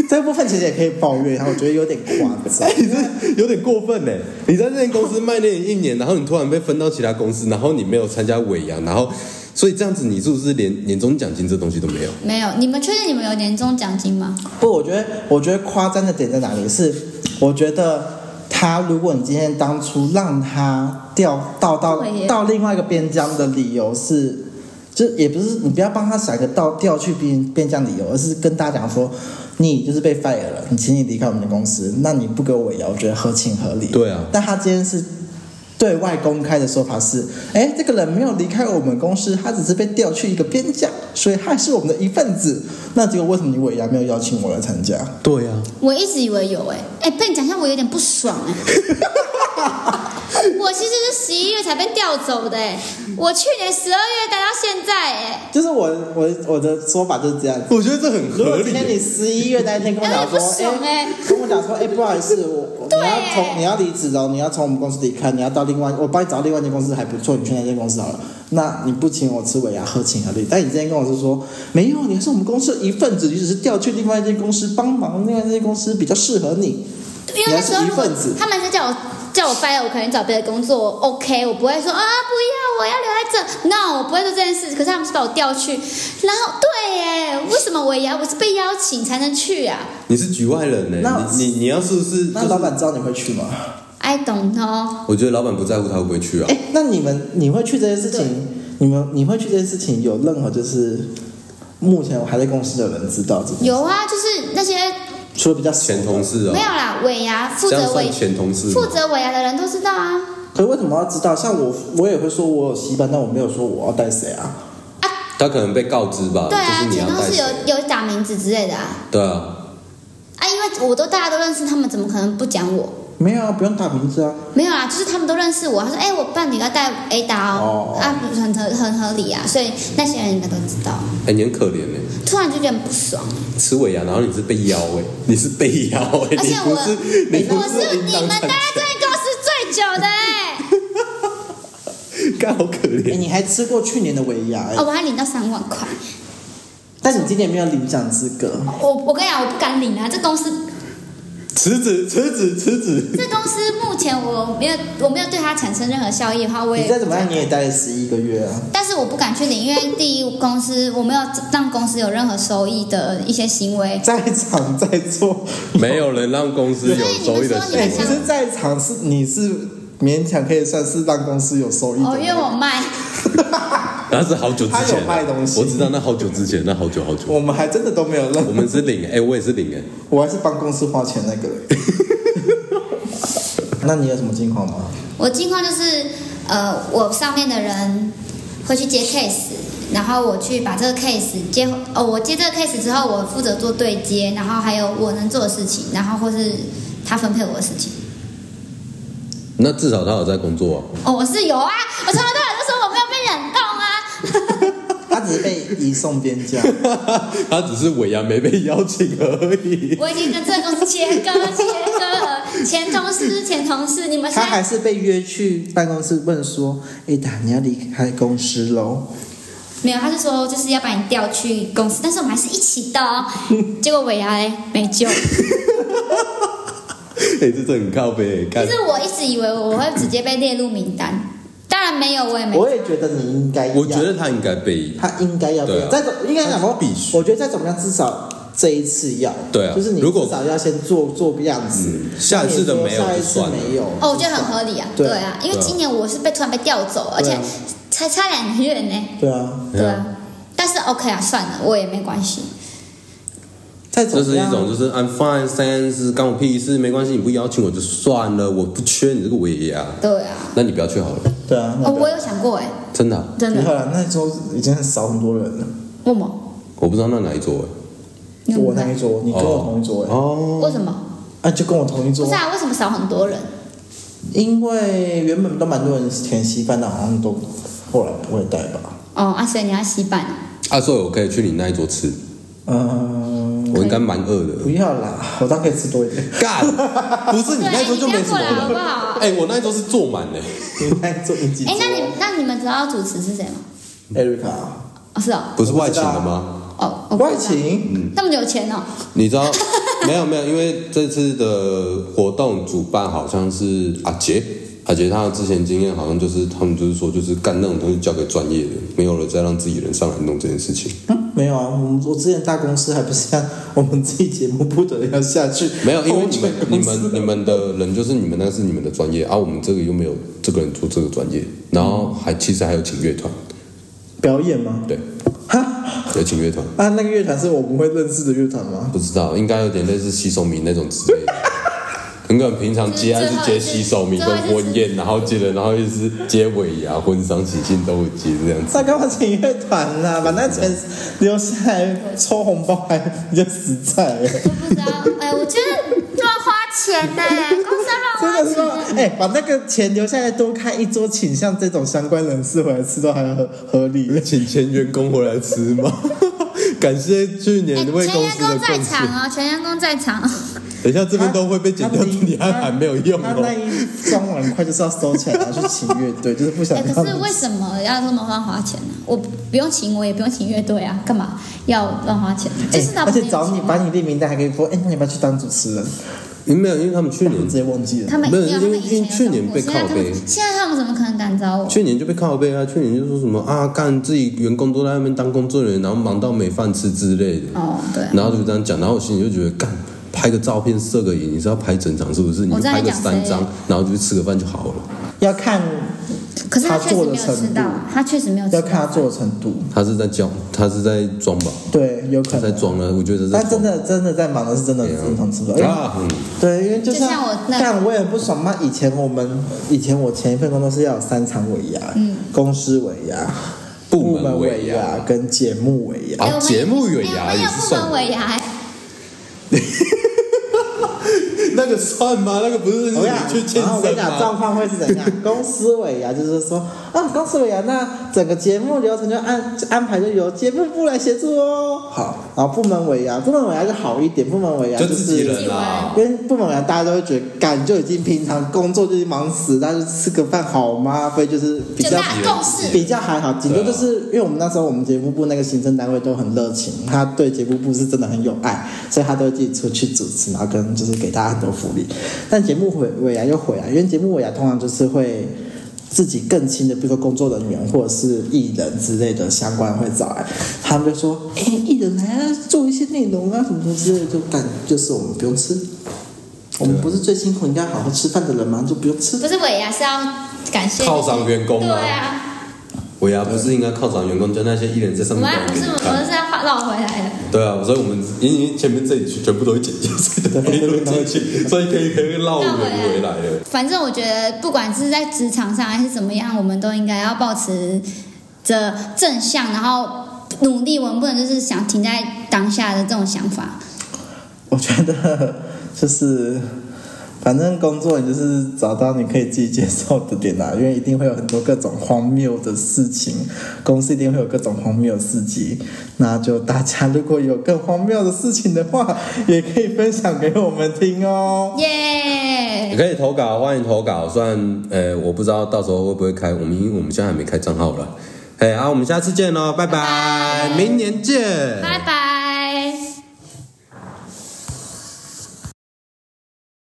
[SPEAKER 2] 这部分其实也可以抱怨，然后我觉得有点夸张。
[SPEAKER 3] 你这 有点过分呢！你在这间公司卖练一年，然后你突然被分到其他公司，然后你没有参加尾牙，然后所以这样子，你是不是连年终奖金这东西都没有？
[SPEAKER 1] 没有，你们确定你们有年终奖金吗？
[SPEAKER 2] 不，我觉得我觉得夸张的点在哪里是，我觉得他如果你今天当初让他调到到
[SPEAKER 1] 对耶
[SPEAKER 2] 到另外一个边疆的理由是，就也不是你不要帮他想一个到调去边边疆理由，而是跟大家讲说。你就是被 fire 了，你请你离开我们的公司，那你不给我尾牙，我觉得合情合理。
[SPEAKER 3] 对啊
[SPEAKER 2] 但他今天是对外公开的说法是：哎，这个人没有离开我们公司，他只是被调去一个边疆，所以他还是我们的一份子。那结果为什么你尾牙没有邀请我来参加？
[SPEAKER 3] 对呀、
[SPEAKER 1] 我一直以为有哎、哎、被你讲一下，我有点不爽 哎、我其实是十一月才被调走的哎、我去年十二月待到现在哎、
[SPEAKER 2] 就是我我我的说法就是这样。
[SPEAKER 3] 我觉得这很
[SPEAKER 2] 如
[SPEAKER 3] 合
[SPEAKER 2] 果
[SPEAKER 3] 理
[SPEAKER 2] 今天你
[SPEAKER 3] 耶。
[SPEAKER 2] 十一月那一天跟我讲
[SPEAKER 1] 哎
[SPEAKER 2] 说，
[SPEAKER 1] 不爽
[SPEAKER 2] 哎、
[SPEAKER 1] 哎
[SPEAKER 2] 跟我讲说，哎、不好意思，我
[SPEAKER 1] 对
[SPEAKER 2] 你要从你要离职哦，你要从我们公司离开，你要到另外，我帮你找另外一间公司还不错，你去那间公司好了。那你不请我吃尾牙，合情合理。但你今天跟我是说，没有，你还是我们公司的一份子，你只是调去另外一间公司帮忙，另外一间公司比较适合你。
[SPEAKER 1] 因为那时候
[SPEAKER 2] 你
[SPEAKER 1] 如
[SPEAKER 2] 还
[SPEAKER 1] 果
[SPEAKER 2] 是一份子
[SPEAKER 1] 他们是叫我叫我 fire，我可能找别的工作我，OK，我不会说啊不要，我要留在这，no，我不会做这件事。可是他们是把我调去，然后对哎，为什么我也要我是被邀请才能去啊
[SPEAKER 3] 你是局外人呢、
[SPEAKER 2] 那
[SPEAKER 3] 你你你要是不是、就
[SPEAKER 2] 那
[SPEAKER 3] 是
[SPEAKER 2] 老板知道你会去吗？
[SPEAKER 1] ？I don't know，
[SPEAKER 3] 我觉得老板不在乎他会不会去啊
[SPEAKER 2] 哎、。那你们你会去这件事情，你们你会去这件事情有任何就是目前我还在公司的人知道这件事
[SPEAKER 1] 有啊，就是那些
[SPEAKER 2] 除了比较熟的
[SPEAKER 3] 前同事啊、
[SPEAKER 1] 没有啦，尾牙负
[SPEAKER 3] 这样
[SPEAKER 1] 责尾
[SPEAKER 3] 算前同事吗
[SPEAKER 1] 负责尾牙的人都知道啊。
[SPEAKER 2] 可是为什么要知道？像我，我也会说我有戏班，但我没有说我要带谁啊。
[SPEAKER 3] 他可能被告知吧，
[SPEAKER 1] 对啊
[SPEAKER 3] 就，是你
[SPEAKER 1] 全
[SPEAKER 3] 要
[SPEAKER 1] 都
[SPEAKER 3] 带
[SPEAKER 1] 是
[SPEAKER 3] 谁
[SPEAKER 1] 有。有打名字之类的啊。
[SPEAKER 3] 对啊，
[SPEAKER 1] 啊，因为我都大家都认识，他们怎么可能不讲我？
[SPEAKER 2] 没有啊，不用打名字啊。
[SPEAKER 1] 没有啊，就是他们都认识我。他说：“哎、我伴侣要带 A 打哦，
[SPEAKER 2] 哦
[SPEAKER 1] 啊，很合很合理啊。”所以那些人应该都知道。
[SPEAKER 3] 哎、你很可怜呢、
[SPEAKER 1] 突然就觉得很不爽，
[SPEAKER 3] 吃尾牙，然后你是被邀哎、你是被邀哎、
[SPEAKER 1] 而
[SPEAKER 3] 你
[SPEAKER 1] 且我
[SPEAKER 3] 不是你不
[SPEAKER 1] 我是
[SPEAKER 3] 应
[SPEAKER 1] 你
[SPEAKER 3] 当
[SPEAKER 1] 们
[SPEAKER 3] 参
[SPEAKER 1] 待在这
[SPEAKER 3] 加，
[SPEAKER 1] 间公司最久的哎、
[SPEAKER 3] 干好可
[SPEAKER 2] 哎、
[SPEAKER 3] 怜。
[SPEAKER 2] 你还吃过去年的尾牙、欸
[SPEAKER 1] 哦，我还领到三万块。
[SPEAKER 2] 但你今年没有领奖资格。
[SPEAKER 1] 我我跟你讲，我不敢领啊！这公司
[SPEAKER 3] 辞职，辞职，辞职。
[SPEAKER 1] 这公司目前我没有我没有对它产生任何效益的话，我也
[SPEAKER 2] 你再怎么样，你也待了十一个月啊。
[SPEAKER 1] 但是我不敢去领，因为第一公司我没有让公司有任何收益的一些行为。
[SPEAKER 2] 在场在座，
[SPEAKER 3] 没有人让公司有收益的行
[SPEAKER 1] 所以
[SPEAKER 2] 哎、
[SPEAKER 1] 你们
[SPEAKER 2] 其
[SPEAKER 1] 说
[SPEAKER 3] 为。
[SPEAKER 2] 实在场是你是勉强可以算是让公司有收益的。
[SPEAKER 1] 哦，因为我卖，
[SPEAKER 3] 那是好久之
[SPEAKER 2] 他
[SPEAKER 3] 前
[SPEAKER 2] 有卖东西
[SPEAKER 3] 我知道那好久之前，那好久好久。
[SPEAKER 2] 我们还真的都没有
[SPEAKER 3] 我
[SPEAKER 2] 认，
[SPEAKER 3] 们是领哎、我也是领哎、
[SPEAKER 2] 我还是帮公司花钱那个人。 那你有什么近 况吗？
[SPEAKER 1] 我近况就是，呃，我上面的人会去接 case，然后我去把这个 case 接，哦，我接这个 case 之后，我负责做对接，然后还有我能做的事情，然后或是他分配我的事情。
[SPEAKER 3] 那至少他有在工作、啊。
[SPEAKER 1] 哦，我是有啊，我从头到尾都说我没有被冷冻 啊。
[SPEAKER 2] 他只是被移送边疆。
[SPEAKER 3] 他只是尾牙没被邀请而已。
[SPEAKER 1] 我已经跟这个公司切割切割了，前同事前同事，你们现
[SPEAKER 2] 他
[SPEAKER 1] 在
[SPEAKER 2] 还是被约去办公室问说：“哎、达，你要离开公司喽
[SPEAKER 1] 没有，他是说就是要把你调去公司，但是我们还是一起的、 哦。结果尾牙嘞没救。其
[SPEAKER 3] 哎、这真的很靠背、干
[SPEAKER 1] 实我一直以为我会直接被列入名单，当然没有，我也？”没。
[SPEAKER 2] 我也觉得你应该要，
[SPEAKER 3] 我觉得他应该被
[SPEAKER 2] 他应该要
[SPEAKER 3] 对啊
[SPEAKER 2] 再怎应该讲说
[SPEAKER 3] 他必须
[SPEAKER 2] 我觉得再怎么样，至少这一次要，
[SPEAKER 3] 对啊
[SPEAKER 2] 就是你
[SPEAKER 3] 如果嗯
[SPEAKER 2] 至少要先做做个样子，
[SPEAKER 3] 下一次的没有
[SPEAKER 2] 下一
[SPEAKER 3] 就
[SPEAKER 2] 次
[SPEAKER 3] 算了
[SPEAKER 2] 没有，
[SPEAKER 1] 哦，我觉得很合理啊，
[SPEAKER 2] 对
[SPEAKER 1] 对啊，因为今年我是被突然被调走，而
[SPEAKER 2] 对
[SPEAKER 1] 且
[SPEAKER 2] 啊
[SPEAKER 1] 才差两个月呢，
[SPEAKER 2] 对啊，
[SPEAKER 1] 对
[SPEAKER 3] 对
[SPEAKER 1] 啊
[SPEAKER 3] 啊。
[SPEAKER 1] 但是 OK 啊，算了，我也没关系。
[SPEAKER 2] 再怎
[SPEAKER 3] 这
[SPEAKER 2] 么
[SPEAKER 3] 是一
[SPEAKER 2] 样，
[SPEAKER 3] 种就是 I'm fine thanks，干我屁事，没关系，你不邀请我就算了，我不缺你这个尾牙，
[SPEAKER 1] 对啊，
[SPEAKER 3] 那你不要去好了，
[SPEAKER 2] 对啊，那
[SPEAKER 1] 哦，
[SPEAKER 2] 个
[SPEAKER 1] 我有想过哎，
[SPEAKER 3] 真的啊、
[SPEAKER 1] 真
[SPEAKER 2] 没有
[SPEAKER 1] 的，
[SPEAKER 2] 了，那时候已经少很多人了。
[SPEAKER 1] 为什么？
[SPEAKER 3] 我不知道那哪一桌啊
[SPEAKER 1] 你有没有
[SPEAKER 2] 我那一桌，你跟我同一桌
[SPEAKER 3] 哎、
[SPEAKER 2] 哎、
[SPEAKER 3] 哦，
[SPEAKER 1] 为什么？
[SPEAKER 2] 啊，就跟我同一
[SPEAKER 1] 不
[SPEAKER 2] 桌
[SPEAKER 1] 是，啊，为什么少很多人？
[SPEAKER 2] 因为原本都蛮多人填稀饭的，好像都后来不会带吧。
[SPEAKER 1] 哦，啊，所以你要洗版啊。
[SPEAKER 3] 啊，所以我可以去你那一桌吃，
[SPEAKER 2] 嗯，
[SPEAKER 3] 我应该蛮饿的
[SPEAKER 2] 不。要啦，我当然可以吃多一点。
[SPEAKER 3] 干，不是你那一桌就没什么
[SPEAKER 1] 对你不要过来好
[SPEAKER 3] 人
[SPEAKER 1] 不，好
[SPEAKER 3] 哎、我那一桌是坐满的、
[SPEAKER 2] 你看做你几桌
[SPEAKER 1] 哎，那你那你们知道主持是谁吗？
[SPEAKER 2] Erica
[SPEAKER 1] 哦，是哦，
[SPEAKER 3] 不是外请的吗？
[SPEAKER 1] 哦，我不知道
[SPEAKER 2] 外勤，
[SPEAKER 1] 那么有钱哦，
[SPEAKER 3] 你 知道没有没有？因为这次的活动主办好像是阿杰。阿杰他的之前经验好像就是，他们就是说，就是干那种东西交给专业的，没有人再让自己人上来弄这件事情。
[SPEAKER 2] 嗯没有啊，我们我之前大公司还不是像我们自己节目部的人要下去，哦
[SPEAKER 3] 没有，因为 你们
[SPEAKER 2] 我
[SPEAKER 3] 你
[SPEAKER 2] 公司
[SPEAKER 3] 们你们的人就是你们那是你们的专业，而、啊我们这个又没有这个人做这个专业，然后还其实还有请乐团，
[SPEAKER 2] 表演吗？
[SPEAKER 3] 对，
[SPEAKER 2] 哈，
[SPEAKER 3] 有请乐团，
[SPEAKER 2] 啊，那个乐团是我们会认识的乐团吗？
[SPEAKER 3] 不知道应该有点类似西松明那种之类的， 很可能平常接案是接洗手名跟婚宴，然后接了，然后又是接尾牙、婚丧喜庆都会接这样子。
[SPEAKER 2] 那干嘛请乐团啦？把那钱留下来抽红包还比较实 在耶。
[SPEAKER 1] 我不知道，哎，我觉得乱花钱呢、公司乱
[SPEAKER 2] 真的
[SPEAKER 1] 花
[SPEAKER 2] 是
[SPEAKER 1] 钱。
[SPEAKER 2] 说，哎、把那个钱留下来多开一桌请像这种相关人士回来吃都还合合理。
[SPEAKER 3] 请前员工回来吃吗？ 感谢去
[SPEAKER 1] 哎，
[SPEAKER 3] 年
[SPEAKER 1] 全
[SPEAKER 3] 为
[SPEAKER 1] 员
[SPEAKER 3] 公司的
[SPEAKER 1] 工在场
[SPEAKER 3] 贡献。
[SPEAKER 1] 哦，全员工在场。
[SPEAKER 3] 等一
[SPEAKER 2] 啊
[SPEAKER 3] 下这边都会被剪掉，
[SPEAKER 2] 他
[SPEAKER 3] 你还喊没有用
[SPEAKER 2] 他那
[SPEAKER 3] 哦。
[SPEAKER 2] 一装碗筷就是要收起来，然后去请乐队，就是不想
[SPEAKER 1] 哎，
[SPEAKER 2] 让
[SPEAKER 1] 可是
[SPEAKER 2] 你
[SPEAKER 1] 为什么要这么乱花钱呢、我不用请，我也不用请乐队啊，干嘛要乱花钱？
[SPEAKER 3] 哎
[SPEAKER 1] 就是老
[SPEAKER 2] 哎而
[SPEAKER 1] 板
[SPEAKER 2] 且
[SPEAKER 1] 没有
[SPEAKER 2] 找你
[SPEAKER 1] 钱
[SPEAKER 2] 把你列名单，还可以说，哎、那你要不要去当主持人？
[SPEAKER 1] 啊
[SPEAKER 3] 你没有，因为他们去年
[SPEAKER 2] 直接忘记了。
[SPEAKER 1] 他们
[SPEAKER 3] 没有
[SPEAKER 1] 一定要
[SPEAKER 3] 因为
[SPEAKER 1] 他们以前有
[SPEAKER 3] 去年被
[SPEAKER 1] 找过
[SPEAKER 3] 靠
[SPEAKER 1] 现在他
[SPEAKER 3] 背
[SPEAKER 1] 们现在他们怎么可能敢找我？
[SPEAKER 3] 去年就被靠背啊，去年就说什么啊，干自己员工都在外面当工作人员，然后忙到没饭吃之类的，
[SPEAKER 1] 哦，对啊、
[SPEAKER 3] 然后就这样讲，然后我心里就觉得干。拍个照片摄个影，你是要拍整场是不是？你
[SPEAKER 1] 我
[SPEAKER 3] 就
[SPEAKER 1] 知道
[SPEAKER 3] 拍
[SPEAKER 1] 你
[SPEAKER 3] 个
[SPEAKER 1] 讲
[SPEAKER 3] 三
[SPEAKER 1] 谁
[SPEAKER 3] 张，然后就去吃个饭就好了。
[SPEAKER 2] 要看
[SPEAKER 1] 可是他确实没有
[SPEAKER 2] 他做的
[SPEAKER 1] 吃
[SPEAKER 2] 程度
[SPEAKER 1] 到，他确实没有
[SPEAKER 2] 要
[SPEAKER 1] 吃
[SPEAKER 2] 看他
[SPEAKER 1] 到。
[SPEAKER 2] 做的程度，
[SPEAKER 3] 他是在教，他是在装吧，
[SPEAKER 2] 对，有可
[SPEAKER 3] 他在
[SPEAKER 2] 能。
[SPEAKER 3] 装啊了。我觉得他
[SPEAKER 2] 但
[SPEAKER 3] 在
[SPEAKER 2] 真
[SPEAKER 3] 装
[SPEAKER 2] 的真的在忙的是真的很常吃不到，因为
[SPEAKER 3] 啊，嗯
[SPEAKER 2] 哎对，因为就像
[SPEAKER 1] 就像我那
[SPEAKER 2] 但我也不爽嘛。以前我们以前我前一份工作是要有三场尾牙，嗯，公司尾牙、
[SPEAKER 3] 部
[SPEAKER 2] 部门
[SPEAKER 3] 门
[SPEAKER 2] 尾
[SPEAKER 3] 尾
[SPEAKER 2] 牙
[SPEAKER 3] 牙
[SPEAKER 2] 跟节目尾牙。
[SPEAKER 1] 哎
[SPEAKER 3] 啊，
[SPEAKER 1] 我们
[SPEAKER 3] 节目
[SPEAKER 1] 哎
[SPEAKER 3] 尾牙
[SPEAKER 1] 我们
[SPEAKER 3] 也
[SPEAKER 1] 有
[SPEAKER 3] 是
[SPEAKER 1] 部门
[SPEAKER 3] 算，
[SPEAKER 1] 尾牙、哎
[SPEAKER 3] 那个算吗？那个不是
[SPEAKER 2] 我跟你讲
[SPEAKER 3] 去健
[SPEAKER 2] 然后我跟
[SPEAKER 3] 身
[SPEAKER 2] 你讲，
[SPEAKER 3] 吗？
[SPEAKER 2] 状况会是怎 样？公司尾牙就是说，啊，公司尾牙那整个节目流程就按安排就由节目部来协助哦。好，然后部门尾牙，部门尾牙就好一点，部门啊尾牙
[SPEAKER 3] 就是自己人啊
[SPEAKER 1] 啦
[SPEAKER 3] 啦。
[SPEAKER 2] 因为部门来大家都会觉得，干就已经平常工作就已经忙死，大家就吃个饭好吗？所以就是比
[SPEAKER 1] 就
[SPEAKER 2] 较
[SPEAKER 1] 大家共识，
[SPEAKER 2] 比较还好，顶多就是因为我们那时候我们节目部那个行政单位都很热情，他对节目部是真的很有爱，所以他都会自己出去主持，然后跟就是给大家很多福利。但节目尾尾牙又回来，因为节目尾牙通常就是会。自己更亲的，比如说工作人员或者是艺人之类的相关会找来，他们就说：“哎、艺人来啊，做一些内容啊，什么什么之类的，就感就是我们不用吃，我们不是最辛苦应该好好吃饭的人吗？就不用吃。”
[SPEAKER 1] 不是尾牙是要感谢
[SPEAKER 3] 犒赏员工啊
[SPEAKER 1] 对啊，
[SPEAKER 3] 尾牙不是应该犒赏员工，叫那些艺人在上
[SPEAKER 1] 我
[SPEAKER 3] 面
[SPEAKER 1] 们不
[SPEAKER 3] 表演给
[SPEAKER 1] 是
[SPEAKER 3] 你
[SPEAKER 1] 我
[SPEAKER 3] 看
[SPEAKER 1] 们是要绕回来的。
[SPEAKER 3] 对啊，所以我们因为前面这里全部都会剪掉，所 以都没录进去，所以可以可以绕回回来了。
[SPEAKER 1] 反正我觉得，不管是在职场上还是怎么样，我们都应该要保持着正向，然后努力。我们不能就是想停在当下的这种想法。
[SPEAKER 2] 我觉得就是，反正工作你就是找到你可以自己接受的点啊 啦、因为一定会有很多各种荒谬的事情，公司一定会有各种荒谬的事情。那就大家如果有更荒谬的事情的话， 也可以分享给我们听哦。
[SPEAKER 1] 耶、
[SPEAKER 3] 你可以投稿，欢迎投稿。虽然呃，我不知道到时候会不会开，我们因为我们现在还没开账号了。哎，好、我们下次见喽，拜拜，明年见，
[SPEAKER 1] 拜拜。